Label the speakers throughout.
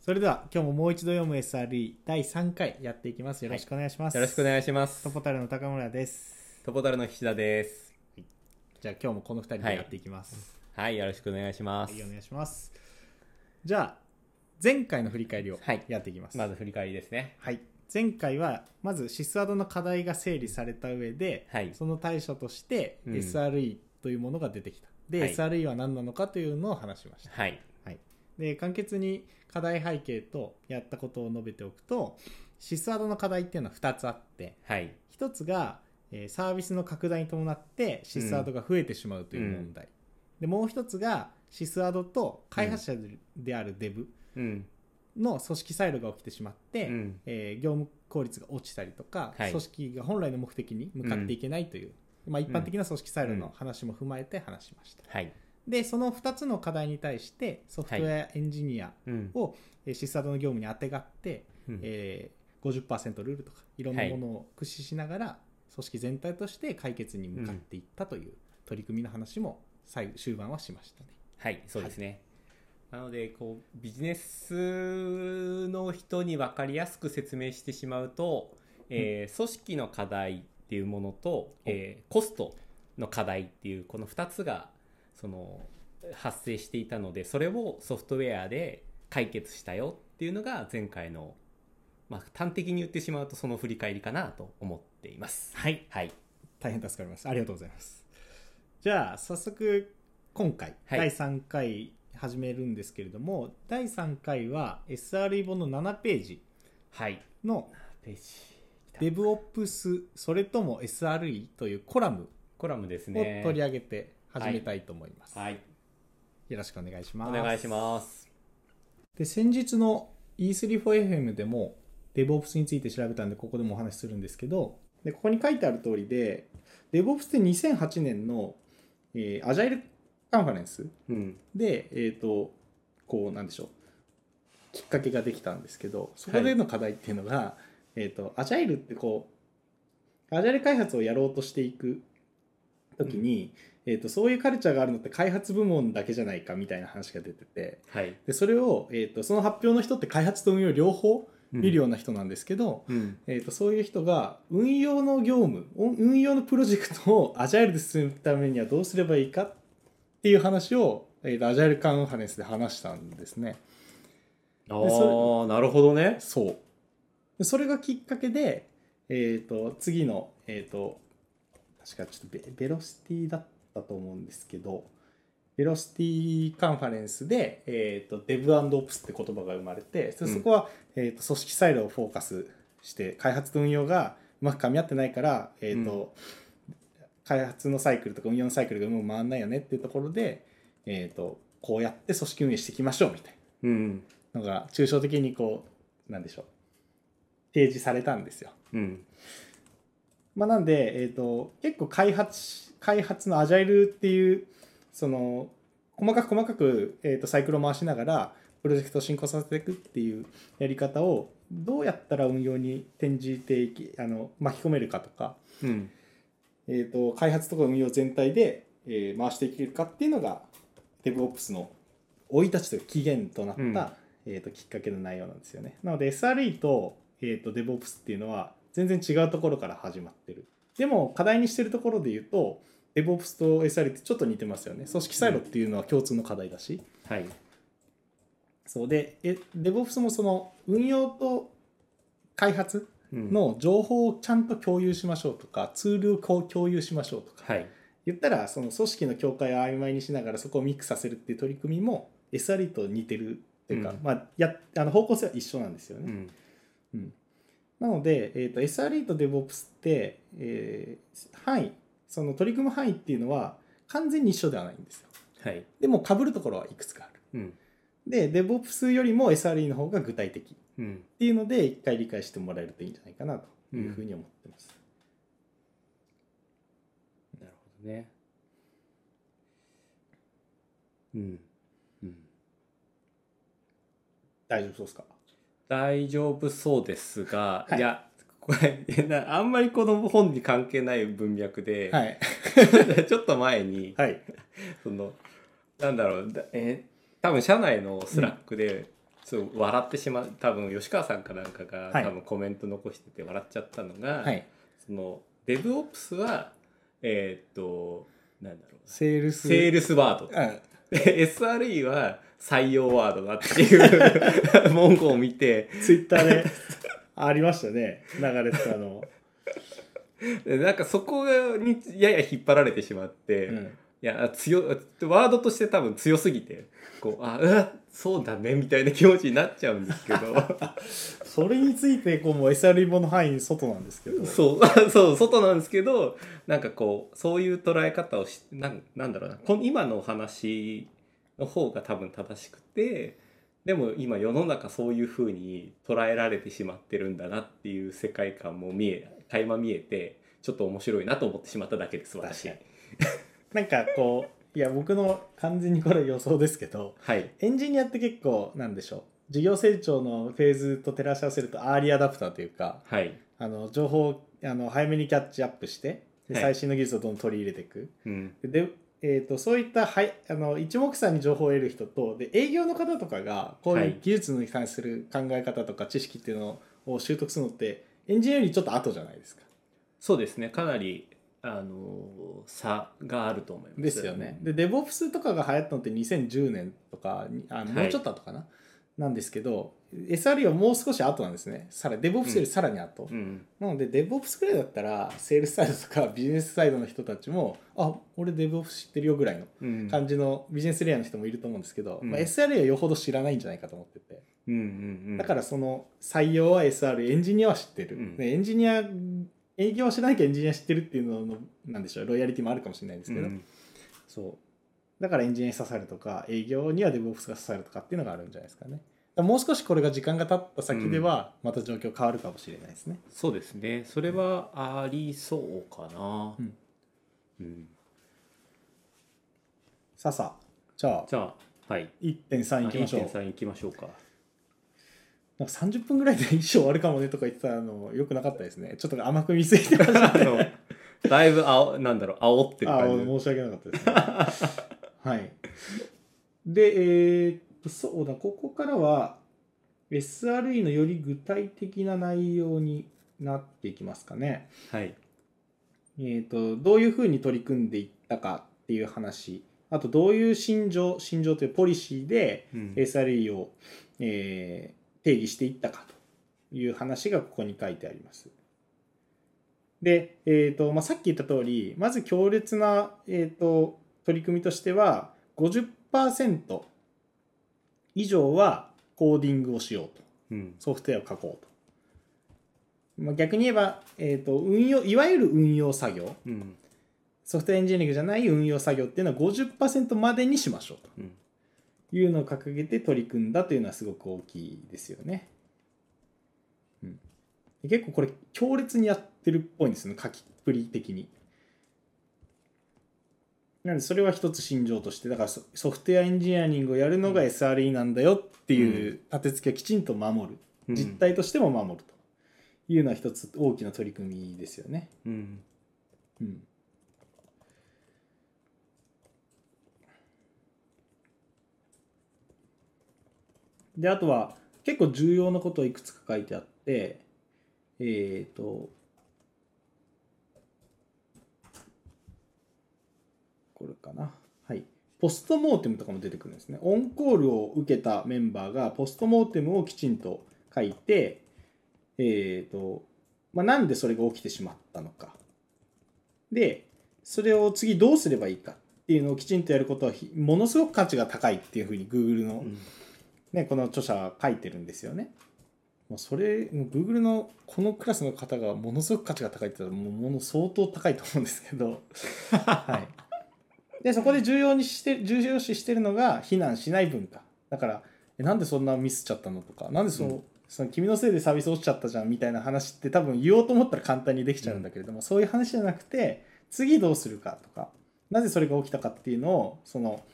Speaker 1: それでは今日ももう一度読む SRE 第3回やっていきますよろしくお願いします、
Speaker 2: よろしくお願いします
Speaker 1: ト。ポタルの高村です
Speaker 2: トポタルの菱田です。
Speaker 1: じゃあ今日もこの2人でやっていきます、
Speaker 2: はい、よろしくお願いしま
Speaker 1: は
Speaker 2: す
Speaker 1: い。お願いしますじゃあ前回の振り返りを
Speaker 2: はい
Speaker 1: やっていきます、
Speaker 2: まず振り返りですね。
Speaker 1: はい、前回はまずシスアドの課題が整理された上で、
Speaker 2: はい。
Speaker 1: その対処として
Speaker 2: うん
Speaker 1: SRE というものが出てきた、で、
Speaker 2: はい
Speaker 1: SRE は何なのかというのを話しました
Speaker 2: はい。
Speaker 1: で簡潔に課題背景とやったことを述べておくとシスアドの課題っていうのは2つあって
Speaker 2: はい。
Speaker 1: 1つが、えーサービスの拡大に伴ってシスアドが増えてしまうという問題、でもう1つがシスアドと開発者であるデブ
Speaker 2: うん。
Speaker 1: の組織サイロが起きてしまって、
Speaker 2: うん。
Speaker 1: えー業務効率が落ちたりとか、
Speaker 2: はい
Speaker 1: 組織が本来の目的に向かっていけないという、まあ、一般的な組織サイロの話も踏まえて話しました、
Speaker 2: はい。
Speaker 1: でその2つの課題に対してソフトウェアエンジニア
Speaker 2: うん。
Speaker 1: をえーシスアドの業務にあてがって、
Speaker 2: うん
Speaker 1: えー、50%ルールとかいろんなものを駆使しながら、組織全体として解決に向かっていったという取り組みの話も最後終盤はしましたね。
Speaker 2: はい、そうですね。なので、こう、ビジネスの人に分かりやすく説明してしまうと、えー組織の課題っていうものと、えーコストの課題っていう、この2つが、その、発生していたので、それをソフトウェアで解決したよっていうのが前回の、まあ、端的に言ってしまうとその振り返りかなと思っています。
Speaker 1: はい、
Speaker 2: はい。
Speaker 1: 大変助かります。ありがとうございます。じゃあ早速今回、
Speaker 2: はい
Speaker 1: 第3回始めるんですけれども第3回は SRE 本の7ページ
Speaker 2: はい。
Speaker 1: の
Speaker 2: ページ。
Speaker 1: DevOps それとも SRE というコラム
Speaker 2: コラムです
Speaker 1: を
Speaker 2: ね。
Speaker 1: 取り上げて始めたいと思います。
Speaker 2: はい。
Speaker 1: よろしくお願いします。
Speaker 2: お願いします。
Speaker 1: で先日の E34FM でも DevOps について調べたんでここでもお話しするんですけどでここに書いてある通りで DevOps って2008年の、えー、アジャイルカンファレンス
Speaker 2: うん。
Speaker 1: でえっ、とこうなんでしょうきっかけができたんですけどそこでの課題っていうのが、えっ、とアジャイルってこうアジャイル開発をやろうとしていく時に、えー、とそういうカルチャーがあるのって開発部門だけじゃないかみたいな話が出てて、
Speaker 2: はい。
Speaker 1: でそれを、えー、とその発表の人って開発と運用両方見るような人なんですけど、
Speaker 2: うん。
Speaker 1: えー、とそういう人が運用の業務運運用のプロジェクトをアジャイルで進むためにはどうすればいいかっていう話を、えー、とアジャイルカンファレンスで話したんですね。
Speaker 2: あ
Speaker 1: でそ
Speaker 2: あ、なるほどね。
Speaker 1: そうでそれがきっかけで、えー、と次の、えー、と確かちょっとベベロシティだったと思うんですけどベロシティカンファレンスで、えー、と DevOps って言葉が生まれてそ
Speaker 2: うん
Speaker 1: そこは、えー、と組織サイロをフォーカスして開発と運用がうまくかみ合ってないから、えーと開発のサイクルとか運用のサイクルがもう回んないよねっていうところで、えー、とこうやって組織運営していきましょうみたいな。
Speaker 2: うん。
Speaker 1: のが抽象的にこうなんでしょう提示されたんですよ。
Speaker 2: うん。
Speaker 1: まあ、なんで、えー、と結構開発し開発のアジャイルっていうその細かく細かく、えー、とサイクルを回しながらプロジェクトを進行させていくっていうやり方をどうやったら運用に転じていきあの巻き込めるかとか、
Speaker 2: うん。
Speaker 1: えー、と開発とか運用全体で、えー回していけるかっていうのが DevOps の生い立ちというか起源となった、
Speaker 2: うん
Speaker 1: えー、ときっかけの内容なんですよねなので SRE と,、えー、と DevOps っていうのは全然違うところから始まってるでも課題にしてるところで言うと DevOps と SRE ってちょっと似てますよね組織サイロっていうのは共通の課題だし、
Speaker 2: はい。
Speaker 1: そうでえ DevOps もその運用と開発
Speaker 2: うん。
Speaker 1: の情報をちゃんと共有しましょうとかツールをこう共有しましょうとか
Speaker 2: はい。
Speaker 1: 言ったらその組織の境界を曖昧にしながらそこをミックスさせるっていう取り組みも SRE と似てるっていうか、
Speaker 2: うん
Speaker 1: まあ、やあの方向性は一緒なんですよ
Speaker 2: う
Speaker 1: ね。
Speaker 2: ん。
Speaker 1: なので、えー、と SRE と DevOps って、えー範囲その取り組む範囲っていうのは完全に一緒ではないんですよ。
Speaker 2: はい。
Speaker 1: でも被るところはいくつかある。
Speaker 2: うん。
Speaker 1: で DevOps よりも SRE の方が具体的っ
Speaker 2: うん。
Speaker 1: ていうので一回理解してもらえるといいんじゃないかなというふうに思ってます。
Speaker 2: なるほどね。うん。うん。
Speaker 1: 大丈夫そうですか
Speaker 2: 大丈夫そうですが、
Speaker 1: はい
Speaker 2: い、や、これ いやなあんまりこの本に関係ない文脈で、
Speaker 1: はい。
Speaker 2: ちょっと前に、
Speaker 1: はい。
Speaker 2: そのなんだろうだえー多分社内のスラックで、そう笑ってしまう多分吉川さんかなんかが、
Speaker 1: はい
Speaker 2: 多分コメント残してて笑っちゃったのが、
Speaker 1: はい、
Speaker 2: その DevOps はえーっとなんだろう
Speaker 1: セールス
Speaker 2: セールスワード
Speaker 1: う ん
Speaker 2: で SRE は採用ワードだっていう 文言を見て
Speaker 1: ツイッターでありましたね流れてたの、
Speaker 2: でなんかそこにやや引っ張られてしまって、
Speaker 1: う
Speaker 2: い
Speaker 1: ん
Speaker 2: や強ワードとして多分強すぎてこうあうんそうだねみたいな気持ちになっちゃうんですけど。
Speaker 1: それについてこうもう SR 本の範囲に外なんですけど
Speaker 2: そう、 そう、外なんですけど、なんかこう、そういう捉え方をし、なんなんだろうな、この今のお話の方が多分正しくて、でも今世の中そういう風に捉えられてしまってるんだなっていう世界観も見え、垣間見えて、ちょっと面白いなと思ってしまっただけです、私。
Speaker 1: 確なんかこういや僕の完全にこれ予想ですけど
Speaker 2: はい。
Speaker 1: エンジニアって結構なんでしょう事業成長のフェーズと照らし合わせるとアーリーアダプターというか
Speaker 2: はい。
Speaker 1: あの情報をあの早めにキャッチアップしてで
Speaker 2: はい
Speaker 1: 最新の技術をどんどん取り入れていく、
Speaker 2: うん。
Speaker 1: で、えー、とそういったはいあの一目散に情報を得る人とで営業の方とかがこう
Speaker 2: はいいう
Speaker 1: 技術に関する考え方とか知識っていうのを習得するのってエンジニアよりちょっと後じゃないですか。
Speaker 2: そうですね、かなり、あの差があると思います。
Speaker 1: ですよね。で DevOps とかが流行ったのって2010年とかにあもうちょっと後かな、なんですけど SRE はもう少し後なんですね。さら DevOps よりさらに後。
Speaker 2: うん。
Speaker 1: なので DevOps くらいだったらセールスサイドとかビジネスサイドの人たちもあ俺 DevOps 知ってるよぐらいの
Speaker 2: うん。
Speaker 1: 感じのビジネスレイヤーの人もいると思うんですけど、
Speaker 2: うん
Speaker 1: まあ、SRE はよほど知らないんじゃないかと思ってて
Speaker 2: うんうんうん。
Speaker 1: だからその採用は SR エンジニアは知ってる、
Speaker 2: うん
Speaker 1: でエンジニア営業は知らなきゃエンジニア知ってるっていうののなんでしょうロイヤリティもあるかもしれないですけど、
Speaker 2: うん
Speaker 1: そうだからエンジニアに刺さるとか営業には DevOps が刺さるとかっていうのがあるんじゃないですかねだからもう少しこれが時間が経った先ではまた状況変わるかもしれないですね、
Speaker 2: そうですねそれはありそうかな、
Speaker 1: うん
Speaker 2: うん
Speaker 1: さあさあじゃあ
Speaker 2: じゃあはい
Speaker 1: 1.3いきましょう
Speaker 2: 1.3いきましょうか
Speaker 1: なんか30分ぐらいで一生終わるかもねとか言ってたのよくなかったですねちょっと甘く見すぎてました
Speaker 2: あのだいぶあおなんだろう煽ってる
Speaker 1: あ
Speaker 2: 感じ
Speaker 1: 申し訳なかったですねはいでえーっとそうだここからは SRE のより具体的な内容になっていきますかね
Speaker 2: はい
Speaker 1: えーっとどういうふうに取り組んでいったかっていう話あとどういう心情心情というポリシーで
Speaker 2: うん
Speaker 1: SRE を、えー定義していったかという話がここに書いてあります。で、えーとまあ、さっき言った通りまず強烈な、えー、と取り組みとしては50%以上はコーディングをしようと
Speaker 2: うん
Speaker 1: ソフトウェアを書こうと。まあ、逆に言えば、えー、と運用いわゆる運用作業
Speaker 2: うん
Speaker 1: ソフトウェアエンジニアリングじゃない運用作業っていうのは50%までにしましょうと。
Speaker 2: うん
Speaker 1: いうのを掲げて取り組んだというのはすごく大きいですよね。うん、結構これ強烈にやってるっぽいんですよね書きっぷり的に。なのでそれは一つ心情としてだからソソフトウェアエンジニアリングをやるのが SRE なんだよっていう立て付けをきちんと守る
Speaker 2: うん
Speaker 1: 実態としても守るというのは一つ大きな取り組みですよね。
Speaker 2: うん
Speaker 1: うんであとは結構重要なことをいくつか書いてあってえっ、とこれかなはいポストモーテムとかも出てくるんですねオンコールを受けたメンバーがポストモーテムをきちんと書いてえっ、と、まあ、なんでそれが起きてしまったのかでそれを次どうすればいいかっていうのをきちんとやることはひものすごく価値が高いっていうふうに Google の
Speaker 2: うん
Speaker 1: ね、この著者は書いてるんですよね。もうそれ、もう Google のこのクラスの方がものすごく価値が高いって言ったら、もうもの相当高いと思うんですけ ど、はい。で、そこで重要にして、重要視してるのが、非難しない文化。だから、え、なんでそんなミスっちゃったのとか、なんでその、
Speaker 2: うん
Speaker 1: その君のせいでサービス落ちちゃったじゃんみたいな話って多分言おうと思ったら簡単にできちゃうんだけれども、そういう話じゃなくて、次どうするかとか、なぜそれが起きたかっていうのを、その、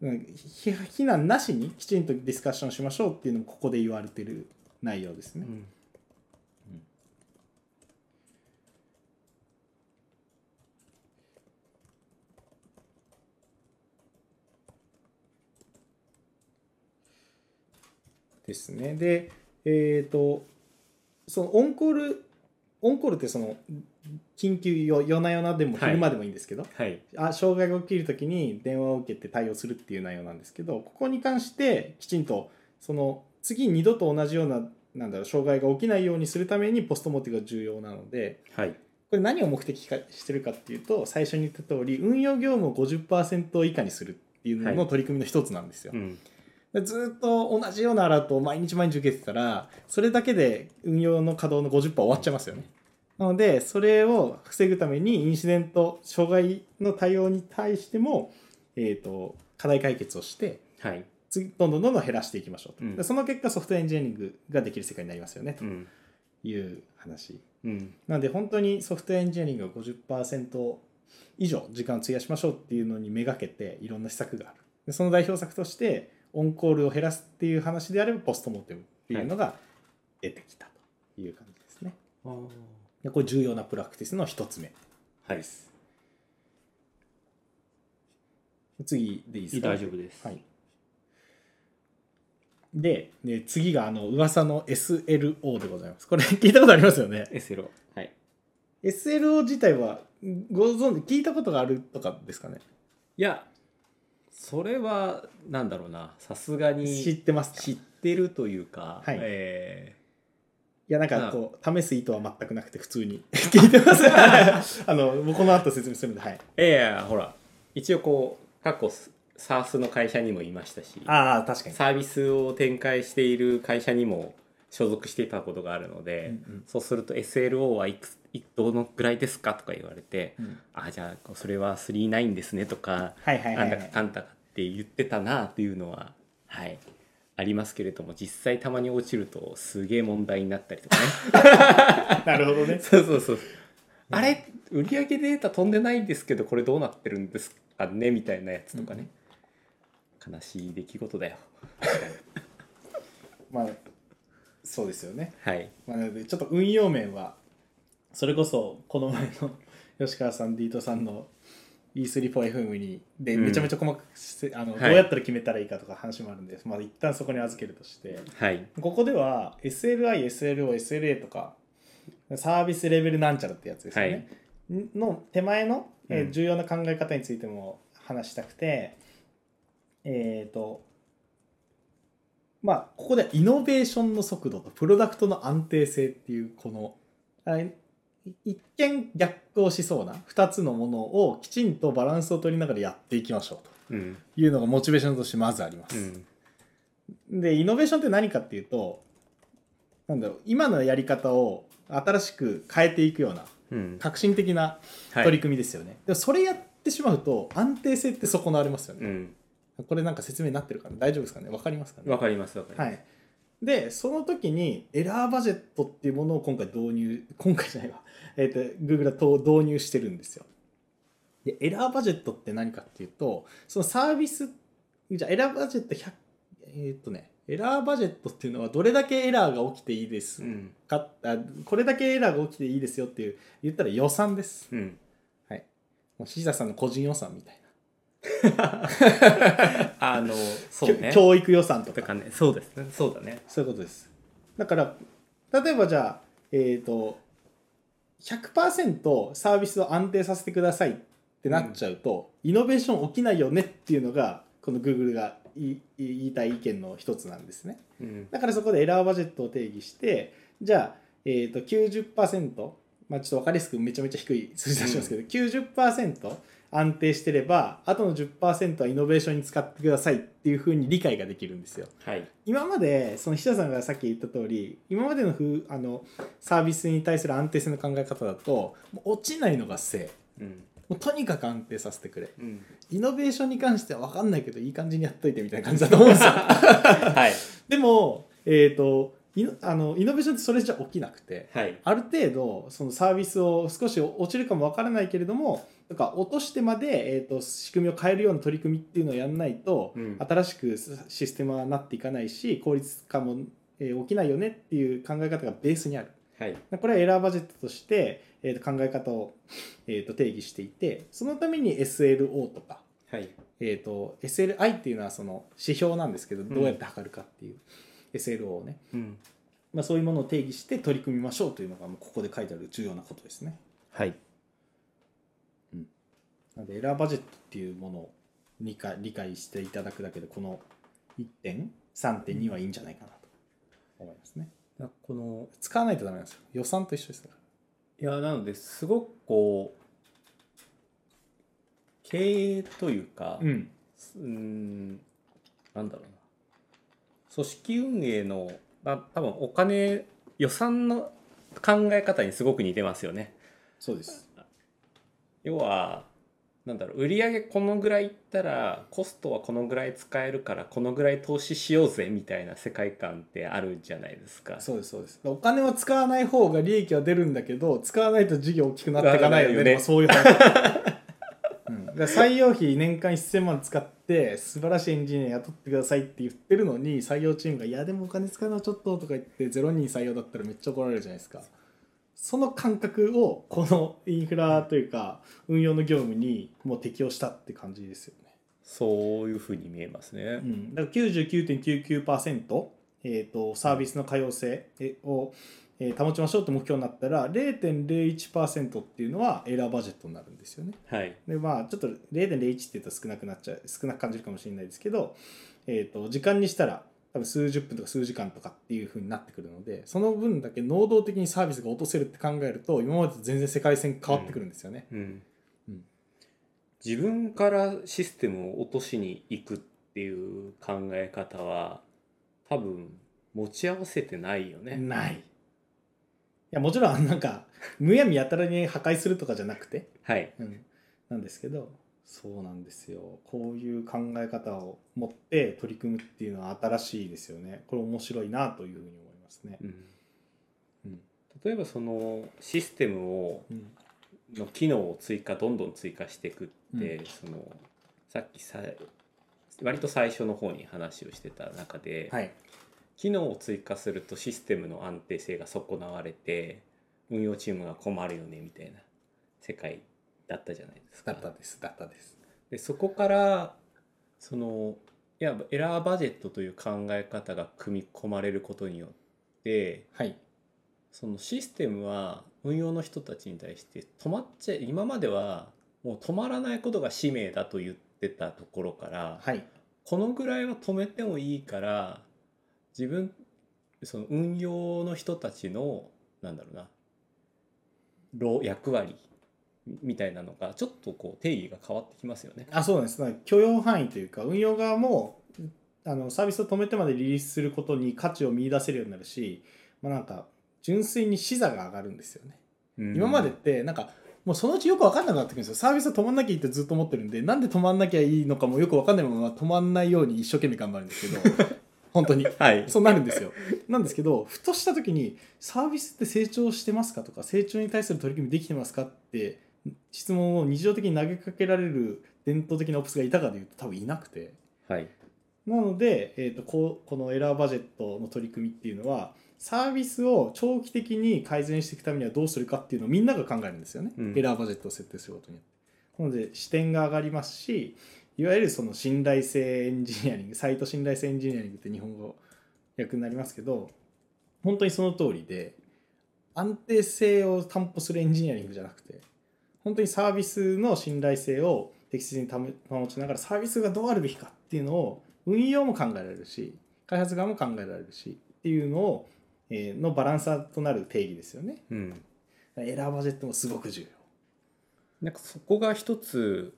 Speaker 1: うんひ非難なしにきちんとディスカッションしましょうっていうのもここで言われてる内容です
Speaker 2: う
Speaker 1: ね。
Speaker 2: ん
Speaker 1: ですね。で、えっ、と、そのオンコール、オンコールってその、緊急よ夜な夜なでも
Speaker 2: はい
Speaker 1: 昼間でもいいんですけど、
Speaker 2: はい
Speaker 1: あ障害が起きるときに電話を受けて対応するっていう内容なんですけどここに関してきちんとその次二度と同じようななんだろう障害が起きないようにするためにポストモーティブが重要なので
Speaker 2: はい
Speaker 1: これ何を目的化してるかっていうと最初に言った通り運用業務を50%以下にするっていうの
Speaker 2: は
Speaker 1: の取り組みの一つなんですよ。
Speaker 2: うん
Speaker 1: でずっと同じようなアラートを毎日毎日受けてたらそれだけで運用の稼働の50%終わっちゃいますよね。なのでそれを防ぐためにインシデント障害の対応に対しても、えー、と課題解決をして
Speaker 2: はい
Speaker 1: 次どんどんどんどん減らしていきましょうと、
Speaker 2: うん
Speaker 1: でその結果ソフトエンジニアリングができる世界になりますよね
Speaker 2: うん
Speaker 1: という話
Speaker 2: うん
Speaker 1: なので本当にソフトエンジニアリングを50%以上時間を費やしましょうっていうのにめがけていろんな施策があるでその代表策としてオンコールを減らすっていう話であればポストモーテムっていうのが出てきたという感じですね、
Speaker 2: あ
Speaker 1: でこれ重要なプラクティスの一つ目
Speaker 2: あはい
Speaker 1: 次でいいですか
Speaker 2: 大丈夫です
Speaker 1: はいでで次があの噂の SLO でございますこれ聞いたことありますよね
Speaker 2: SLO はい
Speaker 1: SLO 自体はご存知聞いたことがあるとかですかね
Speaker 2: いやそれはなんだろうなさすがに
Speaker 1: 知ってますか
Speaker 2: 知ってるというか、
Speaker 1: はい
Speaker 2: え
Speaker 1: いやなんかこう試す意図は全くなくて普通に 聞いてます あのもうこの後説明するんではい
Speaker 2: ーえいやほら一応こう過去ス SARS の会社にもいましたし
Speaker 1: ああ確か
Speaker 2: サービスを展開している会社にも所属していたことがあるので、そうすると SLO はいくついどのぐらいですかとか言われて、あじゃあそれは39ですねとか、
Speaker 1: はいはいはい、は
Speaker 2: なんだか
Speaker 1: い、
Speaker 2: かんだかって言ってたなというのははいありますけれども実際たまに落ちるとすげえ問題になった りとかね
Speaker 1: なるほどね
Speaker 2: そうそうそうあれ売上データ飛んでないんですけどこれどうなってるんですかねみたいなやつとかね、悲しい出来事だよ
Speaker 1: まあそうですよね、
Speaker 2: はい
Speaker 1: まあ、なのでちょっと運用面はそれこそこの前の 吉川さんディートさんの E34FM にで
Speaker 2: うん
Speaker 1: めちゃめちゃ細かくして、あの
Speaker 2: はい
Speaker 1: どうやったら決めたらいいかとか話もあるんで、まあ一旦そこに預けるとして
Speaker 2: はい
Speaker 1: ここでは SLI、SLO、SLA とかサービスレベルなんちゃらってやつですよね。の手前の、えー
Speaker 2: うん
Speaker 1: 重要な考え方についても話したくて、えっ、とまあここではイノベーションの速度とプロダクトの安定性っていうこのあい一見逆行しそうな2つのものをきちんとバランスを取りながらやっていきましょう
Speaker 2: うん
Speaker 1: というのがモチベーションとしてまずあります。
Speaker 2: うん
Speaker 1: でイノベーションって何かっていうとなんだろう今のやり方を新しく変えていくような
Speaker 2: うん
Speaker 1: 革新的な
Speaker 2: はい
Speaker 1: 取り組みですよね、でもそれやってしまうと安定性って損なわれますよ
Speaker 2: う
Speaker 1: ね、
Speaker 2: ん
Speaker 1: これなんか説明になってるから大丈夫ですかねわかりますかね
Speaker 2: わかりますわかります、
Speaker 1: はいでその時にエラーバジェットっていうものを今回導入今回じゃないわ、 えー、と Google はと導入してるんですよでエラーバジェットって何かっていうとそのサービスじゃあエラーバジェット100えっ、とねエラーバジェットっていうのはどれだけエラーが起きていいです
Speaker 2: うん
Speaker 1: か、あこれだけエラーが起きていいですよっていう言ったら予算です
Speaker 2: うん、
Speaker 1: もうシザさんの個人予算みたい
Speaker 2: あのそう
Speaker 1: な、
Speaker 2: ね
Speaker 1: 教育予算と
Speaker 2: と
Speaker 1: か
Speaker 2: かねそうですねそうだね
Speaker 1: そういうことですだから例えばじゃあえっ、と100%サービスを安定させてくださいってなっちゃうと、イノベーション起きないよねっていうのがこの Google がいい言いたい意見の一つなんですね
Speaker 2: うん
Speaker 1: だからそこでエラーバジェットを定義してじゃあ、えー、と90%まあちょっと分かりやすくめちゃめちゃ低い数字出しますけど、90%安定してればあとの10%はイノベーションに使ってくださいっていうふうに理解ができるんですよ。
Speaker 2: はい
Speaker 1: 今までその筆者さんがさっき言った通り今までのふあのサービスに対する安定性の考え方だともう落ちないのがせ
Speaker 2: うん
Speaker 1: いもうとにかく安定させてくれ
Speaker 2: うん
Speaker 1: イノベーションに関しては分かんないけどいい感じにやっといてみたいな感じだと思うんですよ。
Speaker 2: はい
Speaker 1: でも、えー、とイノあのイノベーションってそれじゃ起きなくて
Speaker 2: はい
Speaker 1: ある程度そのサービスを少し落ちるかもわからないけれどもなんか落としてまで、えー、と仕組みを変えるような取り組みっていうのをやんないと、
Speaker 2: うん
Speaker 1: 新しくシステムはなっていかないし効率化も、えー起きないよねっていう考え方がベースにある。
Speaker 2: はい
Speaker 1: これはエラーバジェットとして、えー、と考え方を、えー、と定義していてそのために SLO とか
Speaker 2: はい
Speaker 1: えー、と SLI っていうのはその指標なんですけどどうやって測るかっていう、 SLO をね、
Speaker 2: うん
Speaker 1: まあ、そういうものを定義して取り組みましょうというのがもうここで書いてある重要なことですね。
Speaker 2: はい
Speaker 1: なのでエラーバジェットっていうものを理解理解していただくだけでこの1点3.2はいいんじゃないかなと思いますね。
Speaker 2: だこの
Speaker 1: 使わないとダメなんですよ予算と一緒ですから。
Speaker 2: いやなのですごくこう経営というか、
Speaker 1: うん
Speaker 2: うーんなんだろうな組織運営の、まあ、多分お金予算の考え方にすごく似てますよね
Speaker 1: そうです。
Speaker 2: 要はなんだろう売上このぐらいいったらコストはこのぐらい使えるからこのぐらい投資しようぜみたいな世界観ってあるじゃないですか
Speaker 1: そうですそうです。お金は使わない方が利益は出るんだけど使わないと事業大きくなっていかないよね。
Speaker 2: ならないよね
Speaker 1: まあそういう話。うん、だから採用費年間1000万使って素晴らしいエンジニア雇ってくださいって言ってるのに採用チームが「いやでもお金使うのはちょっと」とか言って0人採用だったらめっちゃ怒られるじゃないですかその感覚をこのインフラというか運用の業務にもう適用したって感じですよね
Speaker 2: そういうふうに見えますね
Speaker 1: う。ん、だから99.99%、えー、とサービスの可用性えを、えー保ちましょうって目標になったら0.01%っていうのはエラーバジェットになるんですよね。
Speaker 2: はい
Speaker 1: でまあちょっと0.01って言うと少なくなっちゃう少なく感じるかもしれないですけど、えー、と時間にしたら多分数十分とか数時間とかっていう風になってくるのでその分だけ能動的にサービスが落とせるって考えると今までと全然世界線変わってくるんですよね。
Speaker 2: うん
Speaker 1: うん
Speaker 2: 自分からシステムを落としに行くっていう考え方は多分持ち合わせてないよね。
Speaker 1: ない。いやもちろんなんかむやみやたらに破壊するとかじゃなくて
Speaker 2: はい。
Speaker 1: うん、なんですけどそうなんですよこういう考え方を持って取り組むっていうのは新しいですよねこれ面白いなというふうに思いますね
Speaker 2: う、ん
Speaker 1: うん
Speaker 2: 例えばそのシステムを
Speaker 1: うん
Speaker 2: の機能を追加どんどん追加していくって、
Speaker 1: う
Speaker 2: そのさっきさ割と最初の方に話をしてた中で、
Speaker 1: はい
Speaker 2: 機能を追加するとシステムの安定性が損なわれて運用チームが困るよねみたいな世界だったじゃないです
Speaker 1: だ
Speaker 2: か
Speaker 1: っ。たですだったです
Speaker 2: でそこからそのいやエラーバジェットという考え方が組み込まれることによって
Speaker 1: はい
Speaker 2: そのシステムは運用の人たちに対して止まっちゃ今まではもう止まらないことが使命だと言ってたところから、
Speaker 1: はい
Speaker 2: このぐらいは止めてもいいから自分その運用の人たちのなんだろうなロ役割みたいなのがちょっとこう定義が変わってきますよね。
Speaker 1: あそうなんですだから許容範囲というか運用側もあのサービスを止めてまでリリースすることに価値を見出せるようになるし、まあ、なんか純粋に視座が上がるんですよね今までってなんかもうそのうちよく分かんなくなってくるんですよサービスは止まんなきゃいいってずっと思ってるんでなんで止まんなきゃいいのかもよく分かんないまま止まんないように一生懸命頑張るんですけど本当に
Speaker 2: はい
Speaker 1: そうなるんですよなんですけどふとした時にサービスって成長してますかとか成長に対する取り組みできてますかって質問を日常的に投げかけられる伝統的なオプスがいたかでいうと多分いなくて
Speaker 2: はい
Speaker 1: なので、えー、とこうこのエラーバジェットの取り組みっていうのはサービスを長期的に改善していくためにはどうするかっていうのをみんなが考えるんですよね、
Speaker 2: うん
Speaker 1: エラーバジェットを設定することによって。なので視点が上がりますしいわゆるその信頼性エンジニアリングサイト信頼性エンジニアリングって日本語訳になりますけど本当にその通りで安定性を担保するエンジニアリングじゃなくて本当にサービスの信頼性を適切に保ちながらサービスがどうあるべきかっていうのを運用も考えられるし開発側も考えられるしっていうのを、えーのバランサーとなる定義ですよね
Speaker 2: うん、
Speaker 1: エラーバジェットもすごく重要
Speaker 2: なんかそこが一つ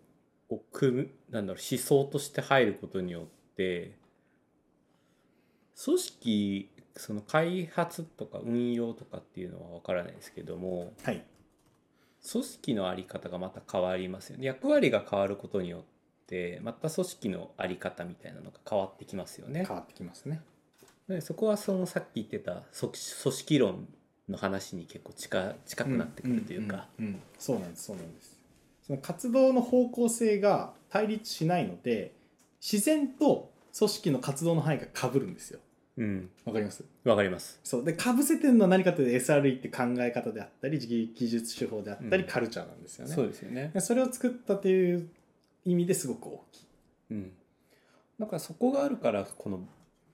Speaker 2: こう組むなんだろう思想として入ることによって組織その開発とか運用とかっていうのは分からないですけども
Speaker 1: はい
Speaker 2: 組織の在り方がまた変わりますよね役割が変わることによってまた組織の在り方みたいなのが変わってきますよね
Speaker 1: 変。わってきますね
Speaker 2: でそこはそのさっき言ってた組織組織論の話に結構近近くなってくるというか。
Speaker 1: んうんうんそうなんですそうなんですその活動の方向性が対立しないので自然と組織の活動の範囲がかぶるんですよ
Speaker 2: うん、
Speaker 1: わかります
Speaker 2: わかります。
Speaker 1: そうでかぶせてるのは何かというと SRE って考え方であったり技術手法であったり、
Speaker 2: うん
Speaker 1: カルチャーなんですよね
Speaker 2: そうですよね。
Speaker 1: でそれを作ったという意味ですごく大きい
Speaker 2: うん、だからそこがあるからこの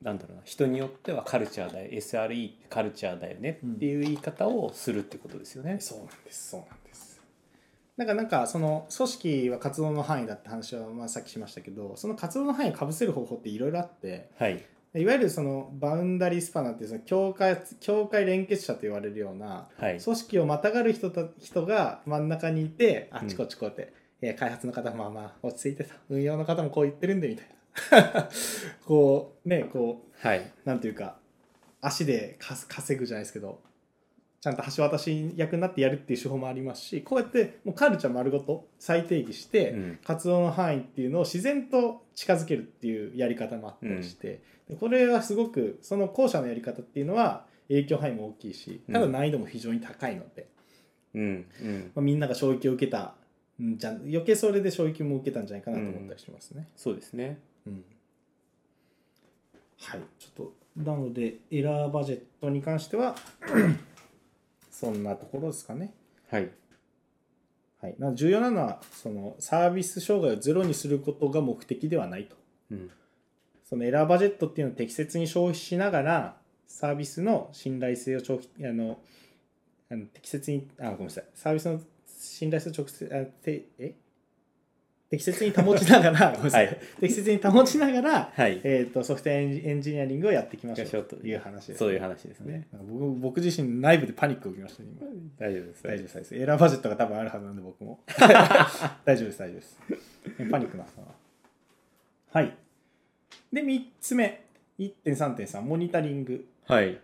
Speaker 2: なんだろうな人によってはカルチャーだよ SRE ってカルチャーだよねっていう言い方をするってことですよね。
Speaker 1: そうなんですそうなんですなんかなんかその組織は活動の範囲だって話はまあさっきしましたけどその活動の範囲をかぶせる方法っていろいろあって
Speaker 2: はい
Speaker 1: いわゆるそのバウンダリースパナっていうその境界境界連結者と言われるような
Speaker 2: はい
Speaker 1: 組織をまたがる人た人が真ん中にいてあっちこっちこうやって、えー開発の方もまあまあ落ち着いてた運用の方もこう言ってるんでみたいな こうねこう
Speaker 2: はい
Speaker 1: なんていうか足でかす稼ぐじゃないですけどちゃんと橋渡し役になってやるっていう手法もありますしこうやってもうカルチャー丸ごと再定義して、
Speaker 2: うん
Speaker 1: 活動の範囲っていうのを自然と近づけるっていうやり方もあったりして、でこれはすごくその後者のやり方っていうのは影響範囲も大きいしただ難易度も非常に高いので、
Speaker 2: うんうん
Speaker 1: まあ、みんなが衝撃を受けたんじゃ余計それで衝撃も受けたんじゃないかなと思ったりしますね。
Speaker 2: そうですね。
Speaker 1: うんはい、ちょっとなのでエラーバジェットに関しては そんなところですかね。
Speaker 2: はい
Speaker 1: はい、なので重要なのはそのサービス障害をゼロにすることが目的ではないと。
Speaker 2: うん
Speaker 1: そのエラーバジェットっていうのを適切に消費しながらサービスの信頼性を長期あのあの適切にあごめんなさいサービスの信頼性を直接あてえ適切に保ちながらごめんなさい、
Speaker 2: はい
Speaker 1: 適切に保ちながら
Speaker 2: はい
Speaker 1: えー、とソフトエンジエンジニアリングをやっていきましょうという話です、
Speaker 2: そういう話ですね。
Speaker 1: なんか僕僕自身内部でパニックを起きましたね今
Speaker 2: 大丈夫です
Speaker 1: 大丈夫です大丈夫ですエラーバジェットが多分あるはずなんで僕 も大丈夫です大丈夫ですパニックなさはいで3つ目1.3.3モニタリング
Speaker 2: はい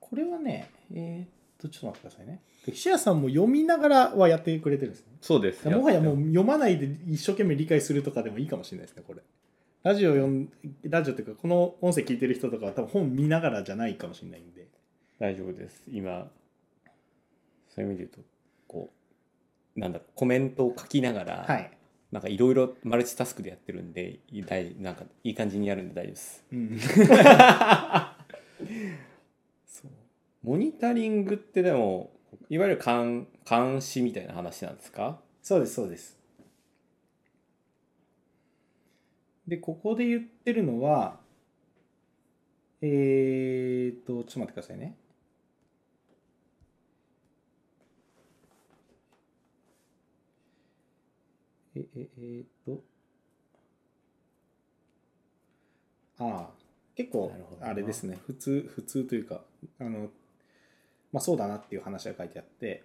Speaker 1: これはねえー、っとちょっと待ってくださいね岸谷さんも読みながらはやってくれてるんですね
Speaker 2: そうです。
Speaker 1: もはやもう読まないで一生懸命理解するとかでもいいかもしれないですね、これ。ラジオ読ん、ラジオっていうか、この音声聞いてる人とかは多分本見ながらじゃないかもしれないんで。
Speaker 2: 大丈夫です今そういう意味で言うとこうなんだろうコメントを書きながら、
Speaker 1: はい。
Speaker 2: なんかいろいろマルチタスクでやってるんでい大なんかいい感じにやるんで大丈夫です
Speaker 1: うん。
Speaker 2: そうモニタリングってでもいわゆる監監視みたいな話なんですか
Speaker 1: そうです、そうです。で、ここで言ってるのは、えーっと、ちょっと待ってくださいね。え、え、えーっと。ああ、結構
Speaker 2: なるほ、どな
Speaker 1: あれですね。普通、普通というか、あの、まあそうだなっていう話が書いてあって、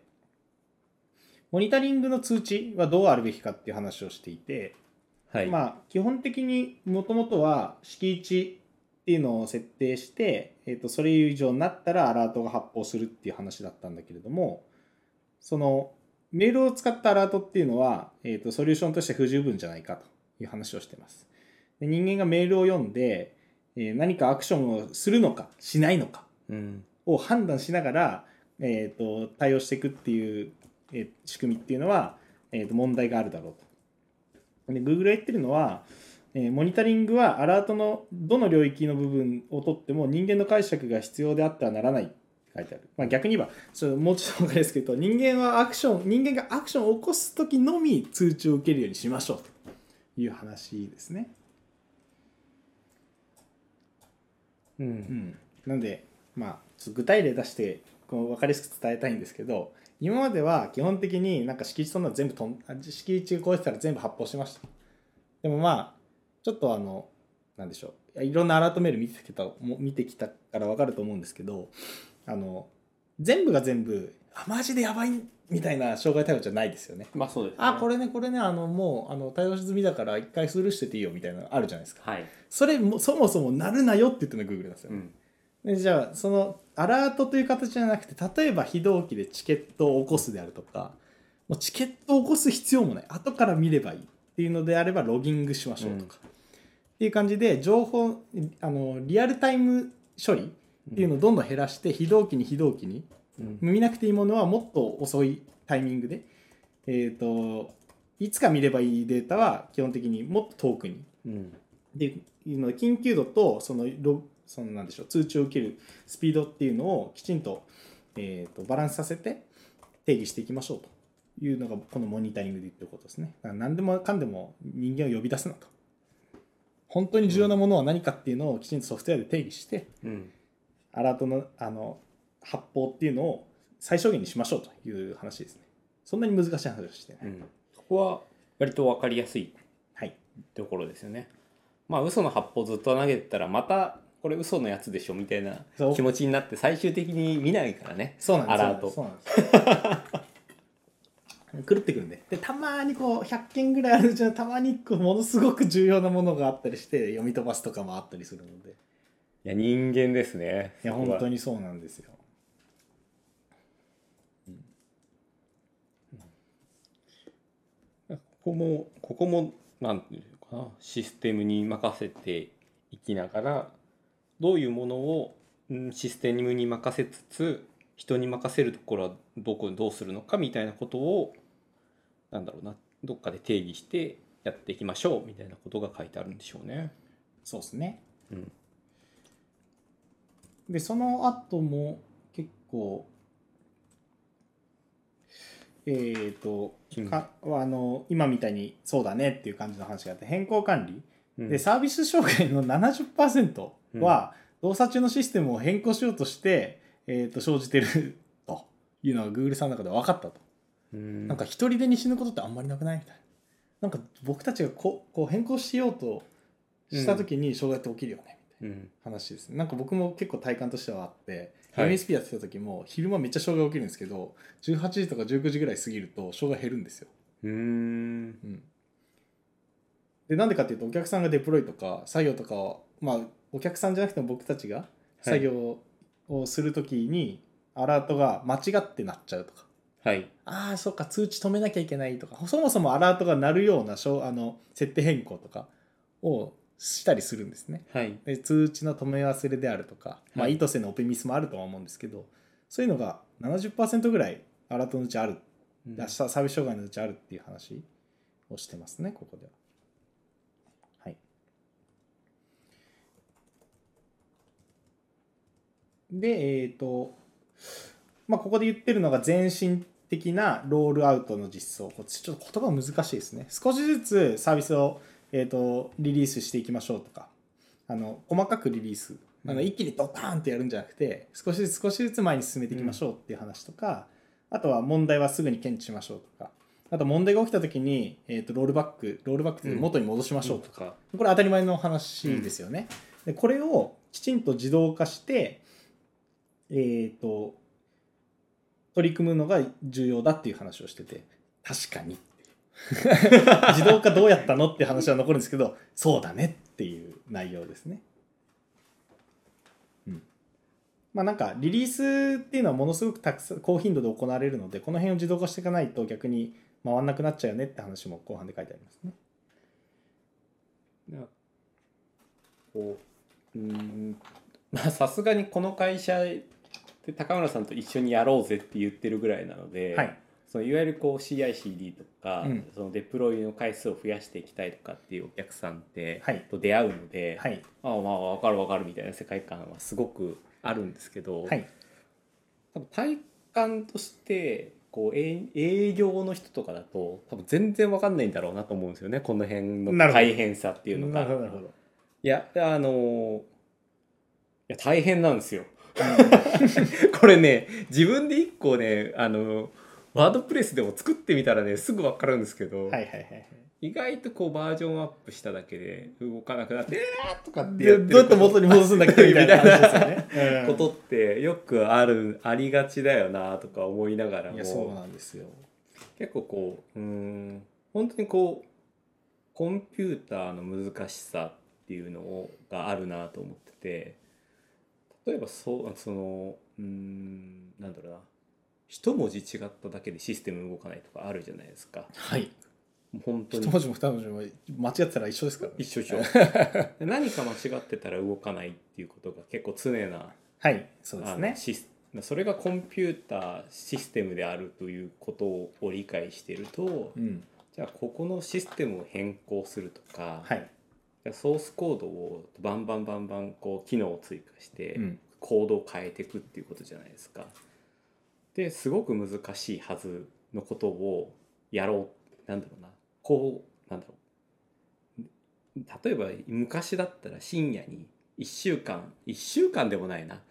Speaker 1: モニタリングの通知はどうあるべきかっていう話をしていて、
Speaker 2: はい、
Speaker 1: まあ基本的にもともとは敷地っていうのを設定して、えー、とそれ以上になったらアラートが発報するっていう話だったんだけれどもそのメールを使ったアラートっていうのは、えー、とソリューションとして不十分じゃないかという話をしてます。で人間がメールを読んで、えー何かアクションをするのかしないのか
Speaker 2: うん
Speaker 1: を判断しながら、えー、と対応していくっていう、えー仕組みっていうのは、えー、と問題があるだろうと。で Google が言ってるのは、えーモニタリングはアラートのどの領域の部分をとっても人間の解釈が必要であってはならないって書いてある。まあ、逆に言えばちょっともうちょっと分かりやすく言うと人間はアクション人間がアクションを起こす時のみ通知を受けるようにしましょうという話ですね。
Speaker 2: う
Speaker 1: うんん、なんで、まあ、ちょっと具体例出してこう分かりやすく伝えたいんですけど今までは基本的になんか敷地そんなの全部とんあ敷地超えてたら全部発砲しましたでもまあちょっとあのなんでしょういやいろんなアラートメール見てきたも見てきたから分かると思うんですけどあの全部が全部あマジでやばいみたいな障害対応じゃないですよね
Speaker 2: まあそうです、ね、
Speaker 1: あこ
Speaker 2: れ
Speaker 1: れねこれねあのもうあの対応済みだから一回スルーしてていいよみたいなのあるじゃないですか
Speaker 2: はい、
Speaker 1: それもそもそもなるなよって言ってるのが Google なんですよ、
Speaker 2: うん、
Speaker 1: でじゃあそのアラートという形じゃなくて例えば非同期でチケットを起こすであるとかもうチケットを起こす必要もない後から見ればいいっていうのであればロギングしましょうとか、っていう感じで情報あのリアルタイム処理っていうのをどんどん減らして非同期に非同期に
Speaker 2: うん
Speaker 1: 見なくていいものはもっと遅いタイミングで、えー、といつか見ればいいデータは基本的にもっと遠くに
Speaker 2: うん
Speaker 1: でいうので緊急度とそのロそのなんでしょう通知を受けるスピードっていうのをきちんと,、えー、とバランスさせて定義していきましょうというのがこのモニタリングで言ってることですね。だから何でもかんでも人間を呼び出すなと。本当に重要なものは何かっていうのをきちんとソフトウェアで定義して、
Speaker 2: うん
Speaker 1: アラートのあの発報っていうのを最小限にしましょうという話ですね。そんなに難しい話をしてない。
Speaker 2: うん、そこは割と分かりやすい
Speaker 1: はい。
Speaker 2: ところですよねまあ嘘の発砲ずっと投げてたらまたこれ嘘のやつでしょみたいな
Speaker 1: そう
Speaker 2: 気持ちになって最終的に見ないからね
Speaker 1: そうなんです
Speaker 2: アラート
Speaker 1: そうなんです。狂ってくるんででたまにこう100件ぐらいあるうちのたまにこうものすごく重要なものがあったりして読み飛ばすとかもあったりするので
Speaker 2: いや人間ですね
Speaker 1: いや本当
Speaker 2: に
Speaker 1: にそうなんですよ
Speaker 2: ここもここもなんていうのかなシステムに任せていきながらどういうものをうんシステムに任せつつ人に任せるところはどこどうするのかみたいなことをなんだろうなどっかで定義してやっていきましょうみたいなことが書いてあるんでしょうね。
Speaker 1: そうですね
Speaker 2: うん
Speaker 1: でその後も結構えっ、と
Speaker 2: うん
Speaker 1: かあの今みたいにそうだねっていう感じの話があって変更管理
Speaker 2: うん
Speaker 1: でサービス障害の70%は動作中のシステムを変更しようとして、えー、と生じてる というのが Google さんの中で分かったと、
Speaker 2: うん
Speaker 1: なんか一人でに死ぬことってあんまりなくないみたいななんか僕たちがこうこう変更しようとした時に障害って起きるよねみたいな
Speaker 2: うん
Speaker 1: 話ですねなんか僕も結構体感としてはあって、
Speaker 2: はい
Speaker 1: MSP やってた時も昼間めっちゃ障害起きるんですけど18時とか19時ぐらい過ぎると障害減るんですよ
Speaker 2: うん
Speaker 1: うん、でなんでかっていうとお客さんがデプロイとか作業とかをまあお客さんじゃなくても僕たちが作業をするときにアラートが間違ってなっちゃうとか、
Speaker 2: はい
Speaker 1: ああそっか通知止めなきゃいけないとかそもそもアラートが鳴るようなしょあの設定変更とかをしたりするんですね。
Speaker 2: はい
Speaker 1: で通知の止め忘れであるとか、まあ、
Speaker 2: はい
Speaker 1: 意図せぬオペミスもあるとは思うんですけど、そういうのが70%ぐらいアラートのうちある
Speaker 2: うん
Speaker 1: 明日サービス障害のうちあるっていう話をしてますねここでははいでえっ、とまあここで言ってるのが全身的なロールアウトの実装こっちちょっと言葉難しいですね少しずつサービスを、えー、とリリースしていきましょうとかあの細かくリリースあの
Speaker 2: うん
Speaker 1: 一気にドカーンってやるんじゃなくて少しずつ少しずつ前に進めていきましょうっていう話とか、あとは問題はすぐに検知しましょうとか、あと問題が起きた時に、えー、とロールバック、ロールバックで元に戻しましょうとか、
Speaker 2: か
Speaker 1: これ当たり前の話ですよね。でこれをきちんと自動化して、えー、と取り組むのが重要だっていう話をしてて、確かに。自動化どうやったのって話は残るんですけど、そうだねっていう内容ですね。うんまあなんかリリースっていうのはものすごくたくさん高頻度で行われるのでこの辺を自動化していかないと逆に回んなくなっちゃうよねって話も後半で書いてありますね。
Speaker 2: なこううーんまあさすがにこの会社で高村さんと一緒にやろうぜって言ってるぐらいなので、
Speaker 1: はい、
Speaker 2: そのいわゆるこう CICD とか、
Speaker 1: うん
Speaker 2: そのデプロイの回数を増やしていきたいとかっていうお客さんって、
Speaker 1: はい
Speaker 2: と出会うので、
Speaker 1: はい
Speaker 2: ああまあ分かる分かるみたいな世界観はすごくあるんですけど、
Speaker 1: はい
Speaker 2: 多分体感としてこう営営業の人とかだと多分全然分かんないんだろうなと思うんですよねこの辺の
Speaker 1: なるほど
Speaker 2: 大変さっていうの
Speaker 1: な
Speaker 2: が
Speaker 1: る。ほどなるほど。
Speaker 2: いや、あのーいや、大変なんですよ。
Speaker 1: うん
Speaker 2: これね、自分で一個ね、あのーワードプレスでも作ってみたらね、すぐわかるんですけ
Speaker 1: は
Speaker 2: ど、
Speaker 1: いはいはい
Speaker 2: 意外とこうバージョンアップしただけで動かなくなって、えーとか
Speaker 1: はい。
Speaker 2: ってや
Speaker 1: で
Speaker 2: って
Speaker 1: どうやって元に戻すんだっけみたいな話ですよね。
Speaker 2: ことってよくある、ありがちだよなとか思いながら
Speaker 1: うん
Speaker 2: も、
Speaker 1: いやそうなんですよ。
Speaker 2: 結構こううーん本当にこうコンピューターの難しさっていうのをがあるなと思ってて例えばそうそのうーんなんだろうな一文字違っただけでシステム動かないとかあるじゃないですか
Speaker 1: はい。
Speaker 2: もう本当
Speaker 1: 一
Speaker 2: に
Speaker 1: 文字も二文字も間違ってたら一緒ですから、ね。
Speaker 2: 一緒一緒で何か間違ってたら動かないっていうことが結構常な
Speaker 1: はいそうです
Speaker 2: あ
Speaker 1: ね
Speaker 2: の。シスそれがコンピューターシステムであるということを理解してると
Speaker 1: うん
Speaker 2: じゃあここのシステムを変更するとか、
Speaker 1: はい。
Speaker 2: じゃあソースコードをバンバンバンバンこう機能を追加して、
Speaker 1: うん
Speaker 2: コードを変えていくっていうことじゃないですか。ですごく難しいはずのことをやろうなんだろうなこうなんだろう例えば昔だったら深夜に1週間1週間でもないな